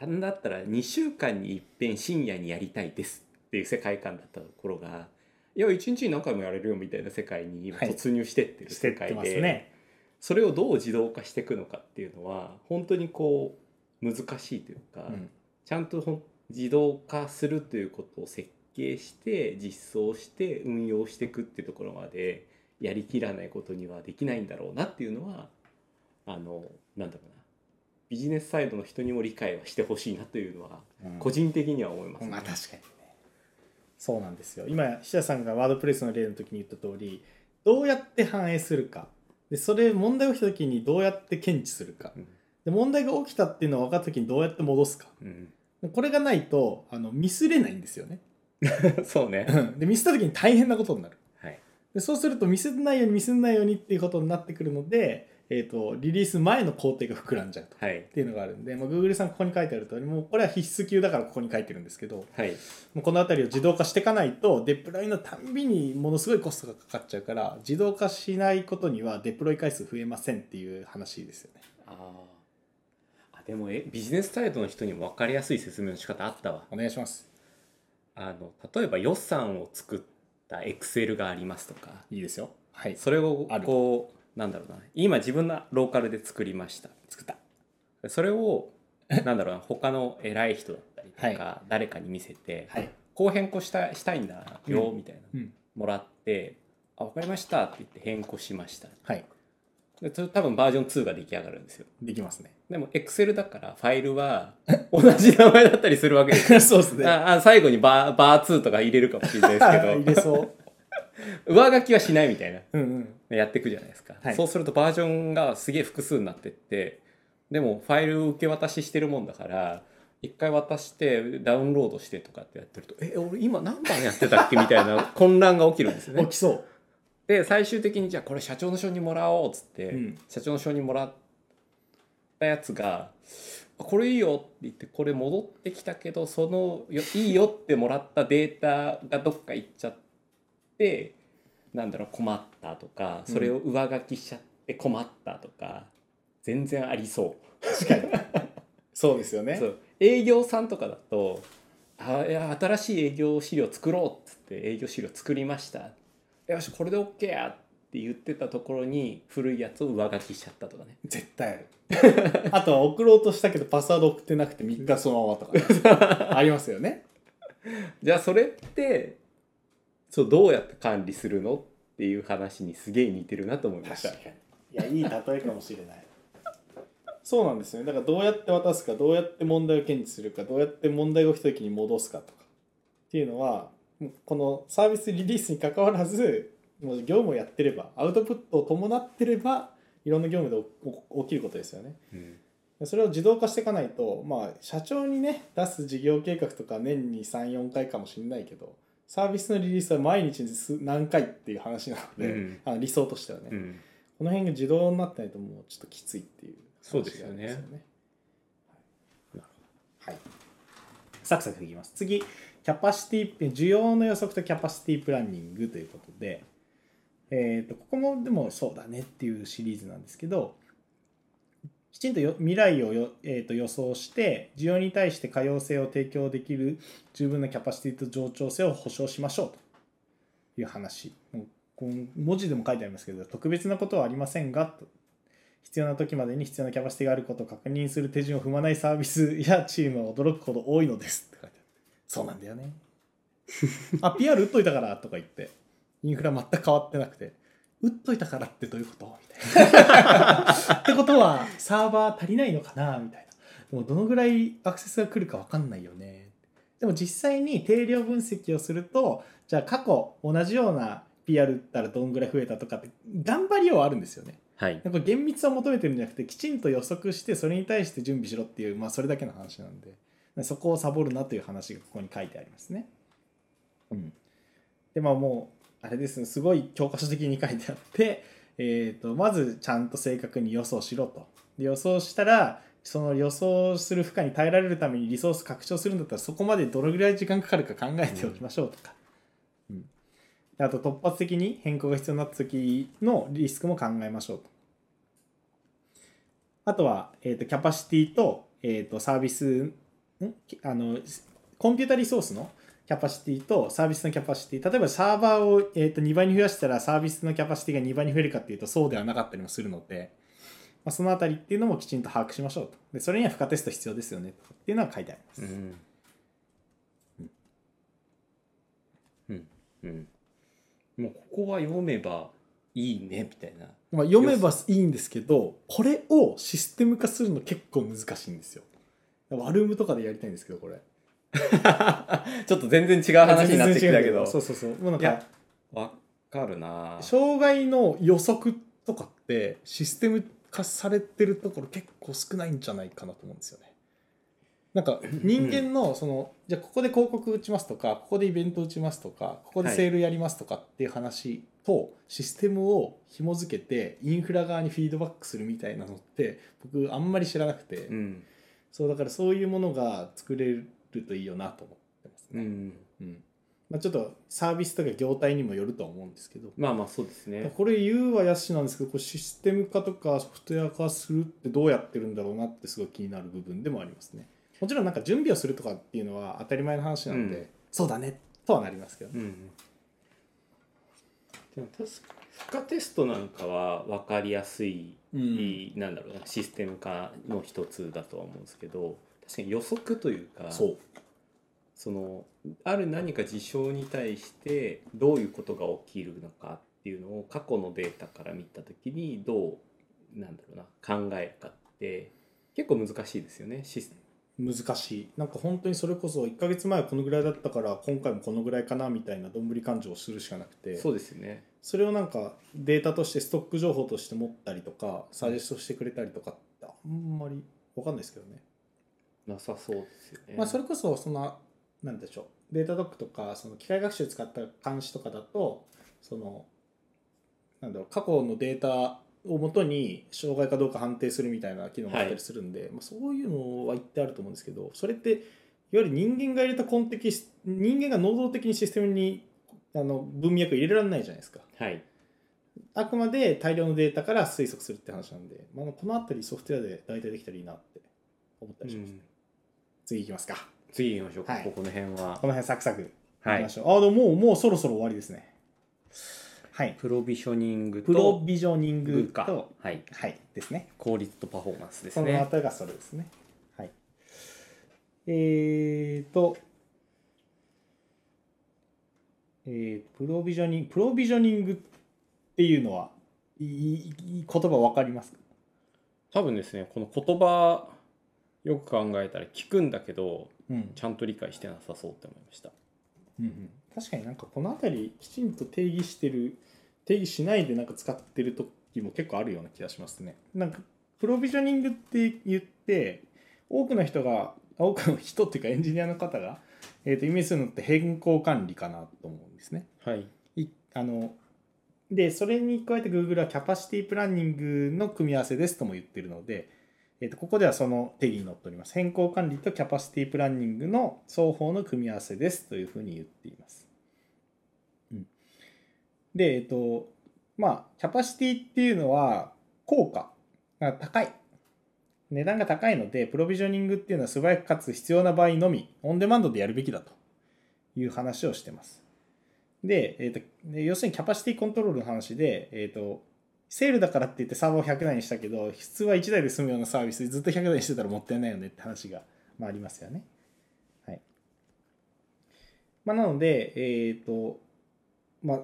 Speaker 2: なんだったら2週間に一遍深夜にやりたいですっていう世界観だったところがいや1日に何回もやれるよみたいな世界に今
Speaker 1: はい
Speaker 2: 突入してってる
Speaker 1: して
Speaker 2: 世
Speaker 1: って
Speaker 2: 界
Speaker 1: ま
Speaker 2: で、
Speaker 1: すね。
Speaker 2: それをどう自動化していくのかっていうのは本当にこう難しいというか、
Speaker 1: うん
Speaker 2: ちゃんとほん自動化するということを設計して実装して運用していくっていうところまでやりきらないことにはできないんだろうなっていうのはあのなんだろうなビジネスサイドの人にも理解はしてほしいなというのは
Speaker 1: うん
Speaker 2: 個人的には思います、
Speaker 1: まあ確かにねそうなんですよ今菱田さんがワードプレスの例の時に言った通りどうやって反映するかでそれ問題が起きた時にどうやって検知するか
Speaker 2: うん
Speaker 1: で問題が起きたっていうのが分かった時にどうやって戻すか
Speaker 2: うん、
Speaker 1: でこれがないとあのミスれないんですよね
Speaker 2: そうね、
Speaker 1: うんでミスった時に大変なことになる
Speaker 2: はい、
Speaker 1: でそうするとミスないようにミスないようにっていうことになってくるので、えー、とリリース前の工程が膨らんじゃうと。
Speaker 2: はい
Speaker 1: っていうのがあるんで、まあ、Google さんここに書いてある通りもうこれは必須級だからここに書いてるんですけど、
Speaker 2: はい
Speaker 1: もうこの辺りを自動化していかないとデプロイのたんびにものすごいコストがかかっちゃうから自動化しないことにはデプロイ回数増えませんっていう話ですよね。
Speaker 2: あーあでもえビジネスサイドの人にも分かりやすい説明の仕方あったわ
Speaker 1: お願いします。
Speaker 2: あの例えば予算を作ったエクセルがありますとか
Speaker 1: いいですよ。はい。
Speaker 2: それを
Speaker 1: ある
Speaker 2: こうなんだろうな今自分のローカルで作りました
Speaker 1: 作った。
Speaker 2: それを なんだろうな他の偉い人だったりとか、誰かに見せて、
Speaker 1: はい。
Speaker 2: こう変更したしたいんだよ、
Speaker 1: うん
Speaker 2: みたいな
Speaker 1: うん。
Speaker 2: もらって「あ分かりました」って言って変更しました
Speaker 1: はい。
Speaker 2: でそれ多分バージョン2が出来上がるんですよ
Speaker 1: できますね。
Speaker 2: でも Excel だからファイルは 同じ名前だったりするわ けですよ
Speaker 1: そうですね。
Speaker 2: ああ最後にバーバー2とか入れるかもしれないですけど
Speaker 1: 入れそう。
Speaker 2: 上書きはしないみたいな
Speaker 1: うんうん。
Speaker 2: やっていくじゃないですか、
Speaker 1: はい
Speaker 2: そうするとバージョンがすげえ複数になってってでもファイルを受け渡ししてるもんだから一回渡してダウンロードしてとかってやってると「え俺今何番やってたっけ?」みたいな混乱が起きるんですよ
Speaker 1: 起
Speaker 2: ね。
Speaker 1: きそ
Speaker 2: で最終的にじゃあこれ社長の承認もらおうっつって、
Speaker 1: うん
Speaker 2: 社長の承認もらったやつが「あこれいいよ」って言ってこれ戻ってきたけどそのよ「いいよ」ってもらったデータがどっか行っちゃってなんだろう困ったとかそれを上書きしちゃって困ったとか、全然ありそう
Speaker 1: う。確かに。そうですよね。
Speaker 2: そう営業さんとかだと「あいや新しい営業資料作ろう」っつって営業資料作りました「よしこれで OK や」って言ってたところに古いやつを上書きしちゃったとかね
Speaker 1: 絶対 ある。あとは送ろうとしたけどパスワード送ってなくて3日そのままとかね、 ありますよね。
Speaker 2: じゃあそれってそうどうやって管理するのっていう話にすげえ似てるなと思いました
Speaker 1: 確かにいやいい例えかもしれないそうなんですよねだからどうやって渡すかどうやって問題を検知するかどうやって問題が起きた時に戻すかとかっていうのはもうこのサービスリリースに関わらずもう業務をやってればアウトプットを伴ってればいろんな業務で起起起きることですよね
Speaker 2: うん
Speaker 1: それを自動化していかないと、まあ、社長にね出す事業計画とか年に34回かもしれないけどサービスのリリースは毎日数何回っていう話なので、
Speaker 2: うん
Speaker 1: あの理想としてはね、
Speaker 2: うん
Speaker 1: この辺が自動になってないともうちょっときついっていう
Speaker 2: そうですよ
Speaker 1: 話
Speaker 2: ね
Speaker 1: があるん
Speaker 2: なる
Speaker 1: は
Speaker 2: ほ
Speaker 1: い、サクサクいきます次キャパシティ需要の予測とキャパシティプランニングということで、えー、とここもでもそうだねっていうシリーズなんですけどきちんとよ未来をよ、えー、と予想して需要に対して可用性を提供できる十分なキャパシティと冗長性を保証しましょうという話もうこの文字でも書いてありますけど特別なことはありませんがと必要な時までに必要なキャパシティがあることを確認する手順を踏まないサービスやチームは驚くほど多いのですって書いてあるそうなんだよねあ PR 打っといたからとか言ってインフラ全く変わってなくて打っといたからってどういうことみたいなってことはサーバー足りないのかなみたいなでもどのぐらいアクセスが来るか分かんないよねでも実際に定量分析をするとじゃあ過去同じような PR 打ったらどんぐらい増えたとかって頑張りようはあるんですよね
Speaker 2: はい
Speaker 1: なんか厳密を求めてるんじゃなくてきちんと予測してそれに対して準備しろっていう、まあ、それだけの話なんでそこをサボるなという話がここに書いてありますね。うん、でまあもうあれですねすごい教科書的に書いてあって、 えー、とまずちゃんと正確に予想しろと。で予想したらその予想する負荷に耐えられるためにリソース拡張するんだったらそこまでどのぐらい時間かかるか考えておきましょうとか、うんあと突発的に変更が必要になった時のリスクも考えましょうと。あとは、えー、とキャパシティと,、えー、とサービスんあのコンピュータリソースのキャパシティとサービスのキャパシティ例えばサーバーを、えー、と2倍に増やしたらサービスのキャパシティが2倍に増えるかっていうとそうではなかったりもするので、まあ、そのあたりっていうのもきちんと把握しましょうとでそれには負荷テスト必要ですよねっていうのは書いてあります。
Speaker 2: うんうんうんもうここは読めばいいねみたいな
Speaker 1: まあ、読めばいいんですけどこれをシステム化するの結構難しいんですよワルームとかでやりたいんですけどこれ
Speaker 2: ちょっと全然違う話になってきたけど
Speaker 1: そうそうそうもうなん
Speaker 2: いや
Speaker 1: か
Speaker 2: わかるな
Speaker 1: 障害の予測とかってシステム化されてるところ結構少ないんじゃないかなと思うんですよねなんか人間のその、じゃあここで広告打ちますとかここでイベント打ちますとかここでセールやりますとかっていう話とシステムを紐付けてインフラ側にフィードバックするみたいなのって僕あんまり知らなくて、
Speaker 2: うん
Speaker 1: そうだからそういうものが作れるといいよなと思ってます
Speaker 2: う
Speaker 1: ね。
Speaker 2: ん
Speaker 1: うんまあ、ちょっとサービスとか業態にもよるとは思うんですけど、
Speaker 2: まあまあそうですね
Speaker 1: これ言うはやしなんですけどこれシステム化とかソフトウェア化するってどうやってるんだろうなってすごい気になる部分でもありますね。もちろんなんか準備をするとかっていうのは当たり前の話なので、
Speaker 2: うん
Speaker 1: そうだねとはなりますけどね。
Speaker 2: うんでも確か負荷テストなんかは分かりやすい、
Speaker 1: うん
Speaker 2: なんだろうなシステム化の一つだとは思うんですけど確かに予測というか
Speaker 1: そう
Speaker 2: そのある何か事象に対してどういうことが起きるのかっていうのを過去のデータから見た時にどうなんだろうな考えるかって結構難しいですよねシス
Speaker 1: 難しいなんか本当にそれこそ1ヶ月前はこのぐらいだったから今回もこのぐらいかなみたいなどんぶり勘定をするしかなくて
Speaker 2: そうですよね
Speaker 1: それをなんかデータとしてストック情報として持ったりとかサジェストしてくれたりとかってあんまり分かんないですけどね、
Speaker 2: なさそうですよね。
Speaker 1: まあ、それこそそのなんでしょうデータドックとかその機械学習使った監視とかだとそのなんだろう過去のデータをもとに障害かどうか判定するみたいな機能があったりするんで、まあ、そういうのは一定あると思うんですけどそれっていわゆる人間が入れたコンテキス人間が能動的にシステムにあの文脈入れられないじゃないですか。
Speaker 2: はい
Speaker 1: あくまで大量のデータから推測するって話なんで、まあ、このあたりソフトウェアで代替できたらいいなって思ったりしました、
Speaker 2: うん
Speaker 1: 次いきますか
Speaker 2: 次行きましょうか、
Speaker 1: はい
Speaker 2: ここの辺は
Speaker 1: こ。の辺サクサク
Speaker 2: はい
Speaker 1: き
Speaker 2: い
Speaker 1: ましょう、あでももうもうそろそろ終わりですねはい
Speaker 2: プロビショニング
Speaker 1: プロ
Speaker 2: と
Speaker 1: ビジョニン
Speaker 2: グ
Speaker 1: グ
Speaker 2: か
Speaker 1: と
Speaker 2: はい、
Speaker 1: はいですね
Speaker 2: 効率とパフォーマンスです
Speaker 1: そのあ
Speaker 2: ね。
Speaker 1: たりがそれですねはいえーとえープロビジョニングプロビジョニングっていうのはいいいい言葉わかりますか
Speaker 2: 多分ですねこの言葉よく考えたら聞くんだけど
Speaker 1: うん
Speaker 2: ちゃんと理解してなさそうって思いました。
Speaker 1: うんうん、確かになんかこの辺りきちんと定義してる定義しないでなんか使ってる時も結構あるような気がしますねなんかプロビジョニングって言って多くの人があ多くの人っていうかエンジニアの方が、えー、とイメージするのって変更管理かなと思うんですね
Speaker 2: はい、
Speaker 1: いあのでそれに加えて Google はキャパシティプランニングの組み合わせですとも言ってるので、えっとここではその定義にのっております変更管理とキャパシティプランニングの双方の組み合わせですというふうに言っています、うん、でえっ、とまあキャパシティっていうのは効果が高い値段が高いのでプロビジョニングっていうのは素早くかつ必要な場合のみオンデマンドでやるべきだという話をしてますで、えーとで要するにキャパシティコントロールの話で、えー、とセールだからって言ってサーバーを100台にしたけど普通は1台で済むようなサービスずっと100台にしてたらもったいないよねって話が、まあ、ありますよね。はいまあ、なので、えーとまあ、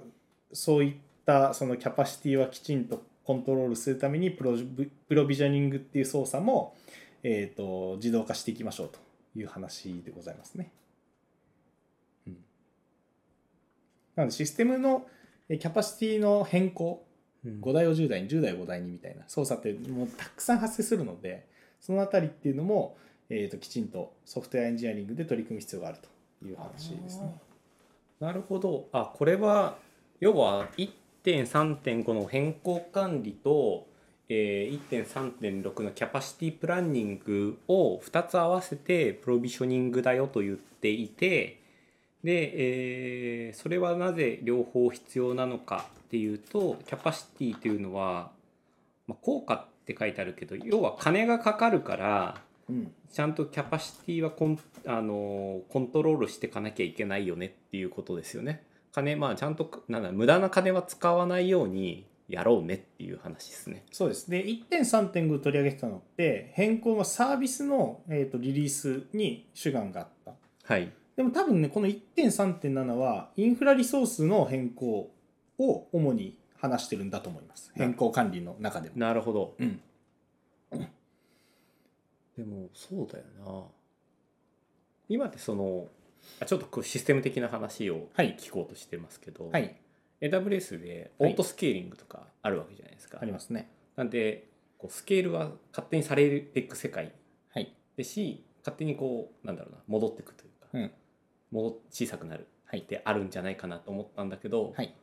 Speaker 1: そういったそのキャパシティはきちんとコントロールするためにプロジプロビジョニングっていう操作も、えー、と自動化していきましょうという話でございますね。なのでシステムのえキャパシティの変更
Speaker 2: うん
Speaker 1: 5台を10台に10台を5台にみたいな操作ってもうたくさん発生するのでそのあたりっていうのも、えー、ときちんとソフトウェアエンジニアリングで取り組む必要があるという話ですね。
Speaker 2: なるほどあこれは要は1.3.5の変更管理と、えー1.3.6のキャパシティプランニングを2つ合わせてプロビショニングだよと言っていてで、えーそれはなぜ両方必要なのかっていうとキャパシティというのは、まあ、効果って書いてあるけど要は金がかかるから
Speaker 1: うん
Speaker 2: ちゃんとキャパシティはコン,、あのーコントロールしていかなきゃいけないよねっていうことですよね。金まあちゃんとなんだ無駄な金は使わないようにやろうねっていう話ですね。
Speaker 1: そうですで1.3.5取り上げてたのって変更はサービスの、えー、とリリースに主眼があった
Speaker 2: はい、
Speaker 1: でも多分ねこの1.3.7はインフラリソースの変更を主に話してるんだと思います変更管理の中でも
Speaker 2: なるほど。
Speaker 1: うん
Speaker 2: でもそうだよな今ってそのあちょっとこうシステム的な話を
Speaker 1: はい
Speaker 2: 聞こうとしてますけど、
Speaker 1: はい
Speaker 2: AWS でオ
Speaker 1: はい
Speaker 2: ートスケーリングとかあるわけじゃないですか。
Speaker 1: ありますね
Speaker 2: なんでこうスケールは勝手にされていく世界
Speaker 1: はい
Speaker 2: ですし勝手にこうなんだろうな戻っていくというか、
Speaker 1: うん
Speaker 2: 戻小さくなるってあるんじゃないかなと思ったんだけど、
Speaker 1: はい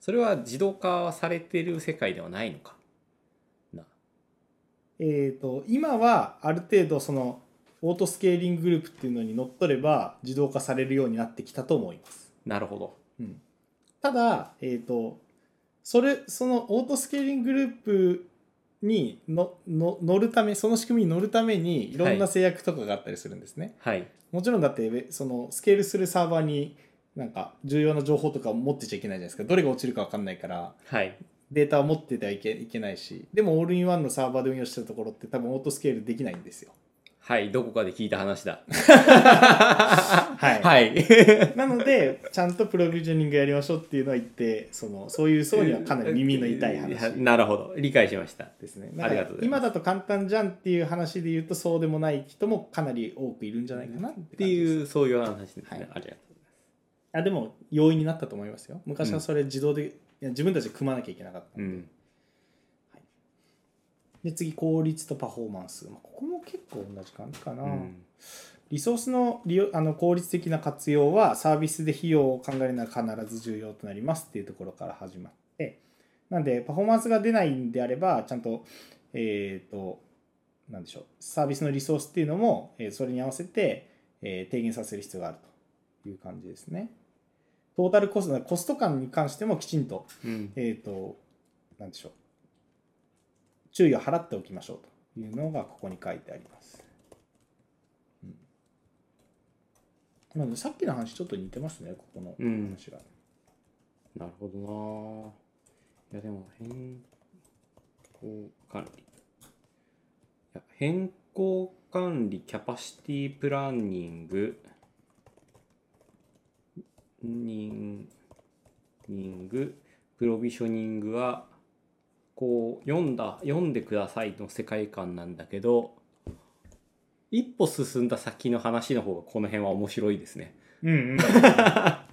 Speaker 2: それは自動化はされてる世界ではないのかな。
Speaker 1: えー、と今はある程度そのオートスケーリンググループっていうのに乗っ取れば自動化されるようになってきたと思います、
Speaker 2: なるほど。
Speaker 1: うん、ただ、えー、とそれそのオートスケーリンググループにのの乗るためその仕組みに乗るためにいろんな制約とかがあったりするんですね、
Speaker 2: はい。
Speaker 1: もちろんだってウェそのスケールするサーバーになんか重要な情報とかを持ってちゃいけないじゃないですかどれが落ちるか分かんないから
Speaker 2: はい。
Speaker 1: データを持っててはいけいけないしでもオールインワンのサーバーで運用してるところって多分オートスケールできないんですよ
Speaker 2: はい、どこかで聞いた話だ。
Speaker 1: はい
Speaker 2: はい。
Speaker 1: なのでちゃんとプロビジョニングやりましょうっていうのは言ってその そういう層にはかなり耳の痛い話
Speaker 2: や なるほど、理解しました。
Speaker 1: ですね
Speaker 2: ありがとうございま
Speaker 1: 今
Speaker 2: す
Speaker 1: だと簡単じゃんっていう話で言うとそうでもない人もかなり多くいるんじゃないかなって
Speaker 2: って
Speaker 1: う
Speaker 2: いう、そういう話ですね。
Speaker 1: はい
Speaker 2: ありがと
Speaker 1: あでも容易になったと思いますよ昔はそれ自動で、いや自分たちで組まなきゃいけなかった
Speaker 2: う。うん。
Speaker 1: で次効率とパフォーマンス、まあ、ここも結構同じ感じかな、
Speaker 2: うん
Speaker 1: リソースの利用あの効率的な活用はサービスで費用を考えるのは必ず重要となりますっていうところから始まってなんでパフォーマンスが出ないんであればちゃんとえっ、となんでしょうサービスのリソースっていうのも、えーそれに合わせて、えー低減させる必要があるという感じですねトータルコストコスト感に関してもきちんと
Speaker 2: うん。
Speaker 1: えっ、と、なんでしょう。注意を払っておきましょうというのがここに書いてあります。うんまあ、さっきの話ちょっと似てますね、ここの
Speaker 2: うん
Speaker 1: 話が。
Speaker 2: なるほどなぁいや、でも、変更管理。いや、変更管理、キャパシティプランニング、ニンニング、プロビショニングは、こう、読んだ、読んでくださいの世界観なんだけど、一歩進んだ先の話の方がこの辺は面白いですね。
Speaker 1: うんうん。 確か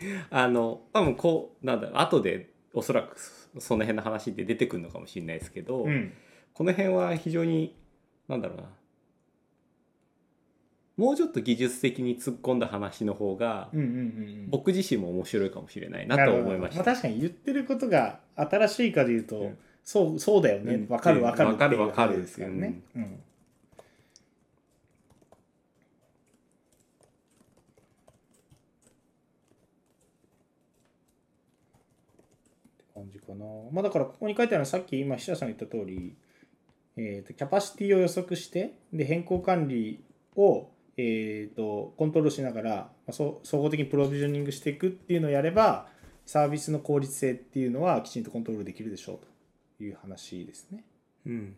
Speaker 1: に。
Speaker 2: あの多分こうなんだろう後でおそらくそその辺の話って出てくるのかもしれないですけど、
Speaker 1: うん。
Speaker 2: この辺は非常になんだろうなもうちょっと技術的に突っ込んだ話の方が、
Speaker 1: うんうんうんうん。
Speaker 2: 僕自身も面白いかもしれないなと思いまし
Speaker 1: なるほ
Speaker 2: た。
Speaker 1: どあ確かに言ってることが新しいかで言うと、
Speaker 2: うん
Speaker 1: そうそうだよね
Speaker 2: うん
Speaker 1: わかるわかる
Speaker 2: わかるわかる
Speaker 1: っていうですからね、うん感じかなまあだからここに書いてあるのはさっき今久さんが言った通り、えー、とキャパシティを予測してで変更管理を、えー、とコントロールしながら、まあ、そう総合的にプロビジョニングしていくっていうのをやればサービスの効率性っていうのはきちんとコントロールできるでしょうという話ですね。
Speaker 2: うん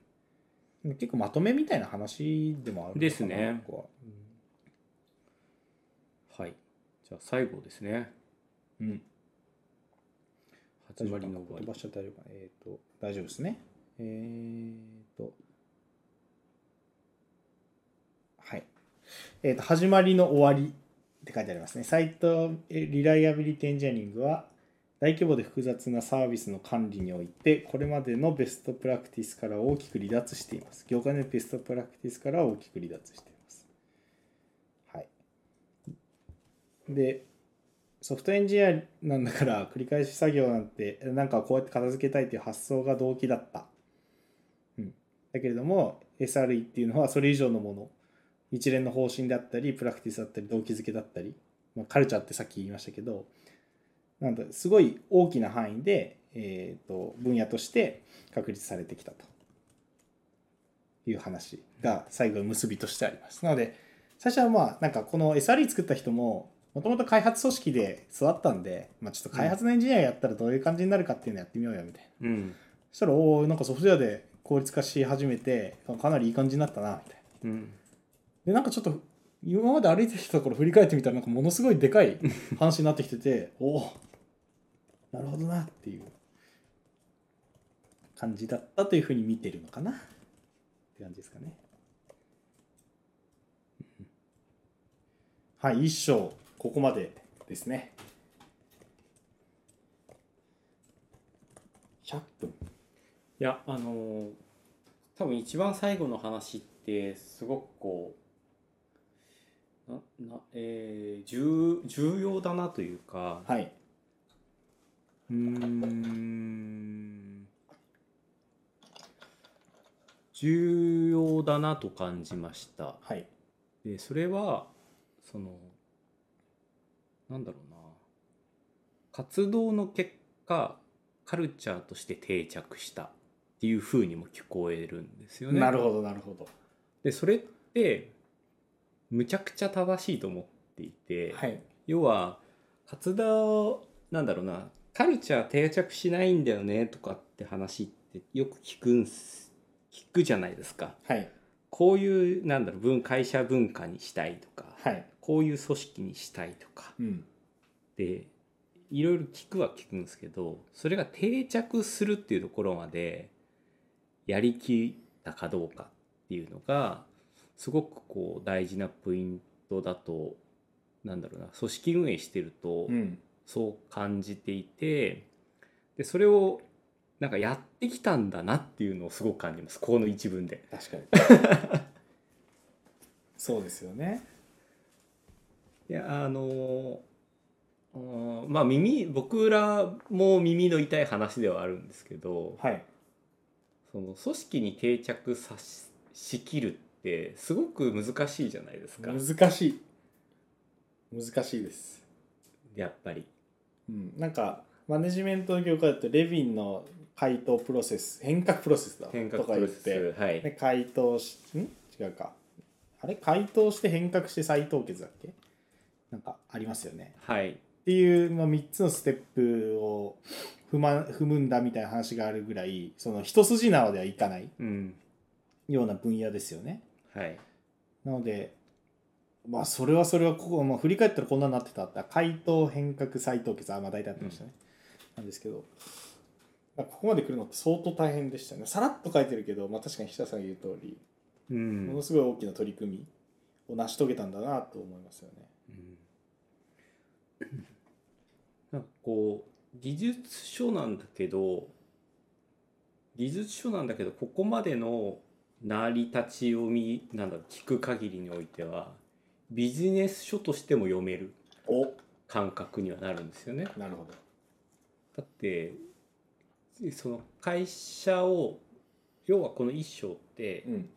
Speaker 1: 結構まとめみたいな話でもあるのかな
Speaker 2: ですね
Speaker 1: ここは
Speaker 2: はいじゃあ最後ですね
Speaker 1: うん、
Speaker 2: 始まりの終
Speaker 1: 終
Speaker 2: わ
Speaker 1: わり。飛
Speaker 2: り
Speaker 1: ばしちゃって大丈夫かなえっ、と、大丈夫ですね。えっ、と、はい。えっ、と、始まりの終わりって書いてありますね。サイトえリライアビリティエンジニアリングは、大規模で複雑なサービスの管理において、これまでのベストプラクティスから大きく離脱しています。業界のベストプラクティスから大きく離脱しています。はい。で、ソフトエンジニアなんだから繰り返し作業なんてなんかこうやって片付けたいという発想が動機だった、うん、だけれども SRE っていうのはそれ以上のもの一連の方針であったりプラクティスだったり動機づけだったりまあ、カルチャーってさっき言いましたけどなんだすごい大きな範囲で、えー、と分野として確立されてきたという話が最後の結びとしてあります。なので最初はまあなんかこの SRE 作った人ももともと開発組織で育ったんで、まあ、ちょっと開発のエンジニアやったらどういう感じになるかっていうのやってみようよみたいな。
Speaker 2: うん
Speaker 1: そしたらおーなんかソフトウェアで効率化し始めてかなりいい感じになったなみたいな。
Speaker 2: うん
Speaker 1: でなんかちょっと今まで歩いてきたところ振り返ってみたらなんかものすごいでかい話になってきてておおなるほどなっていう感じだったというふうに見てるのかなって感じですかね。はい一章ここまでですね。100分。
Speaker 2: いやあのー多分一番最後の話ってすごくこうなな、えー重重要だなというか、
Speaker 1: はい。
Speaker 2: うーん重要だなと感じました。
Speaker 1: はい。
Speaker 2: でそれはそのなんだろうな活動の結果カルチャーとして定着したっていう風にも聞こえるんですよね。
Speaker 1: なるほどなるほど。
Speaker 2: でそれってむちゃくちゃ正しいと思っていて、
Speaker 1: はい。
Speaker 2: 要は活動なんだろうなカルチャー定着しないんだよねとかって話ってよく聞くんす聞くじゃないですか。
Speaker 1: はい。
Speaker 2: こういうなんだろう文会社文化にしたいとか、
Speaker 1: はい。
Speaker 2: こういう組織にしたいとか
Speaker 1: うん。
Speaker 2: でいろいろ聞くは聞くんですけどそれが定着するっていうところまでやりきったかどうかっていうのがすごくこう大事なポイントだとなんだろうな組織運営してると
Speaker 1: うん。
Speaker 2: そう感じていてでそれをなんかやってきたんだなっていうのをすごく感じますこの一文で。
Speaker 1: 確かに そうですよね
Speaker 2: いやあのうんまあ耳僕らも耳の痛い話ではあるんですけど
Speaker 1: はい
Speaker 2: その組織に定着さししきるってすごく難しいじゃないですか
Speaker 1: 難しい難しいです、
Speaker 2: やっぱり。
Speaker 1: うん、なんかマネジメントの業界だとレヴィンの回答プロセス変革プロセスだ
Speaker 2: 変革
Speaker 1: とか
Speaker 2: プ
Speaker 1: 言
Speaker 2: ロ
Speaker 1: っ
Speaker 2: セ
Speaker 1: て
Speaker 2: スはい、
Speaker 1: で回答しん違うかあれ回答して変革して再凍結だっけなんかありますよね
Speaker 2: はい、
Speaker 1: っていう、まあ、3つのステップを踏,、ま、踏むんだみたいな話があるぐらいその一筋縄ではいかない
Speaker 2: うん
Speaker 1: ような分野ですよね
Speaker 2: はい、
Speaker 1: なのでまあそれはそれはここ、まあ、振り返ったらこんなになってたって回答変革再凍結あまあ大体あってましたね、なんですけどまあここまで来るのって相当大変でしたねさらっと書いてるけど、まあ、確かに久さんが言う通り、
Speaker 2: う
Speaker 1: も
Speaker 2: ん
Speaker 1: のすごい大きな取り組みを成し遂げたんだなと思いますよね
Speaker 2: うんなんかこう技術書なんだけど技術書なんだけどここまでの成り立ちを見なんだろう聞く限りにおいてはビジネス書としても読める
Speaker 1: お
Speaker 2: 感覚にはなるんですよね。
Speaker 1: なるほど
Speaker 2: だってその会社を要はこの一章って
Speaker 1: うん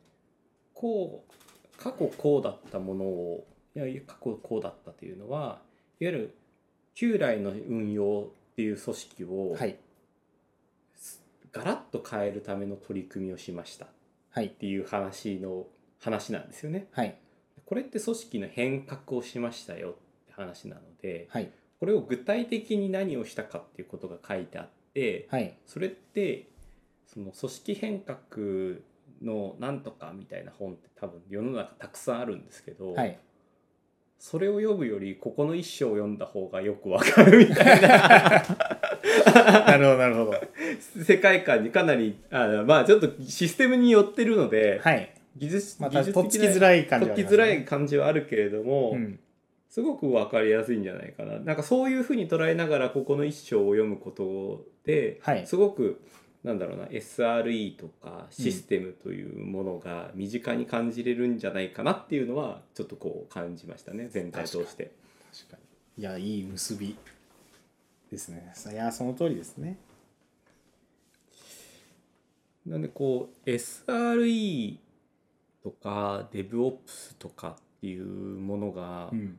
Speaker 2: こう過去こうだったものをいやいや過去こうだったというのはいわゆる旧来の運用っていう組織を
Speaker 1: はい
Speaker 2: ガラッと変えるための取り組みをしましたっ
Speaker 1: はい
Speaker 2: ていう話の話なんですよね。
Speaker 1: はい
Speaker 2: これって組織の変革をしましたよって話なので
Speaker 1: はい
Speaker 2: これを具体的に何をしたかっていうことが書いてあって
Speaker 1: はい
Speaker 2: それってその組織変革のなんとかみたいな本って多分世の中たくさんあるんですけど、
Speaker 1: はい
Speaker 2: それを読むよりここの一章を読んだ方がよくわかるみたいな
Speaker 1: なるほどなるほど
Speaker 2: 世界観にかなりあのまあちょっとシステムに寄ってるので、
Speaker 1: はい
Speaker 2: 技術
Speaker 1: ま
Speaker 2: 技
Speaker 1: た
Speaker 2: 術
Speaker 1: とっつき
Speaker 2: な
Speaker 1: づらい感じ
Speaker 2: と
Speaker 1: はあり
Speaker 2: っつき
Speaker 1: ますね
Speaker 2: づらい感じはあるけれども、
Speaker 1: うん
Speaker 2: すごくわかりやすいんじゃないかななんかそういうふうに捉えながらここの一章を読むことで、
Speaker 1: はい
Speaker 2: すごくなんだろうな SRE とかシステムというものが身近に感じれるんじゃないかなっていうのはちょっとこう感じましたね全体通して。
Speaker 1: 確かにいやいい結びですねいやその通りですね
Speaker 2: なんでこう SRE とか DevOps とかっていうものが、
Speaker 1: ん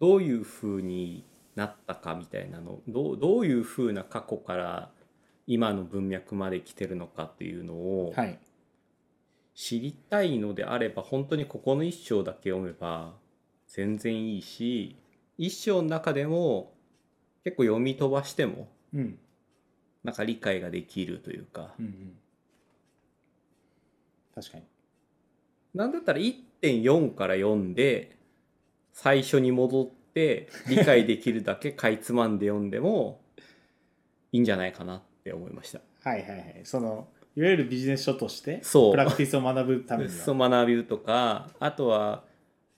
Speaker 2: どういうふうになったかみたいなのどうどういうふうな過去から今の文脈まで来てるのかっていうのを
Speaker 1: はい
Speaker 2: 知りたいのであれば本当にここの一章だけ読めば全然いいし一章の中でも結構読み飛ばしても
Speaker 1: うん
Speaker 2: なんか理解ができるというか
Speaker 1: うんうん確かに
Speaker 2: なんだったら1.4から読んで最初に戻って理解できるだけかいつまんで読んでもいいんじゃないかなって思いました。
Speaker 1: はいはいはいそのいわゆるビジネス書として
Speaker 2: そう
Speaker 1: プラクティスを学ぶために
Speaker 2: そ
Speaker 1: は
Speaker 2: う学びるとかあとは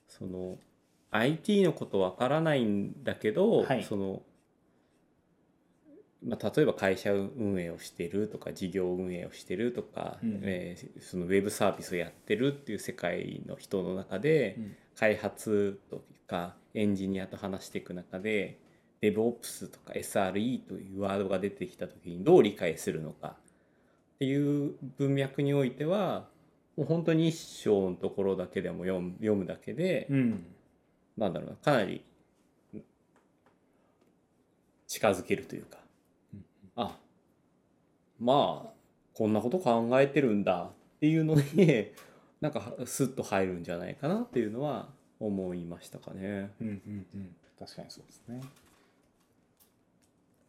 Speaker 2: その IT のことわからないんだけど、
Speaker 1: はい
Speaker 2: そのまあ、例えば会社運営をしてるとか事業運営をしてるとか、
Speaker 1: うん
Speaker 2: えーそのウェブサービスをやってるっていう世界の人の中で、
Speaker 1: うん
Speaker 2: 開発とかエンジニアと話していく中で DevOps とか SRE というワードが出てきた時にどう理解するのかっていう文脈においてはもう本当に一章のところだけでも読む読むだけで、
Speaker 1: うん
Speaker 2: なんだろうなかなり近づけるというか、
Speaker 1: うん
Speaker 2: あまあこんなこと考えてるんだっていうのに なんかスッと入るんじゃないかなっていうのは思いましたかね。
Speaker 1: うんうんうん確かにそうですね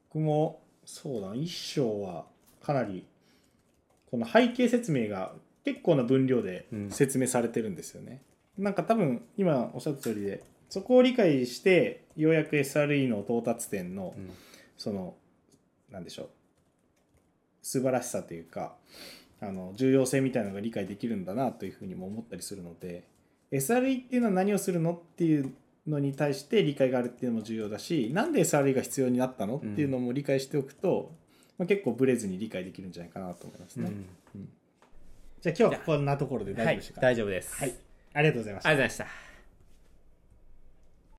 Speaker 1: 僕もそうだな一章はかなりこの背景説明が結構な分量で
Speaker 2: うん
Speaker 1: 説明されてるんですよね、なんか多分今おっしゃった通りでそこを理解してようやく SRE の到達点の
Speaker 2: うん
Speaker 1: そのなんでしょう素晴らしさというかあの重要性みたいなのが理解できるんだなというふうにも思ったりするので SRE っていうのは何をするのっていうのに対して理解があるっていうのも重要だしなんで SRE が必要になったのっていうのも理解しておくと、まあ、結構ブレずに理解できるんじゃないかなと思いますね。じゃあ今日はこんなところで大丈夫でしょうか、
Speaker 2: 大丈夫です。
Speaker 1: はいありがとうございました
Speaker 2: ありがとうございました。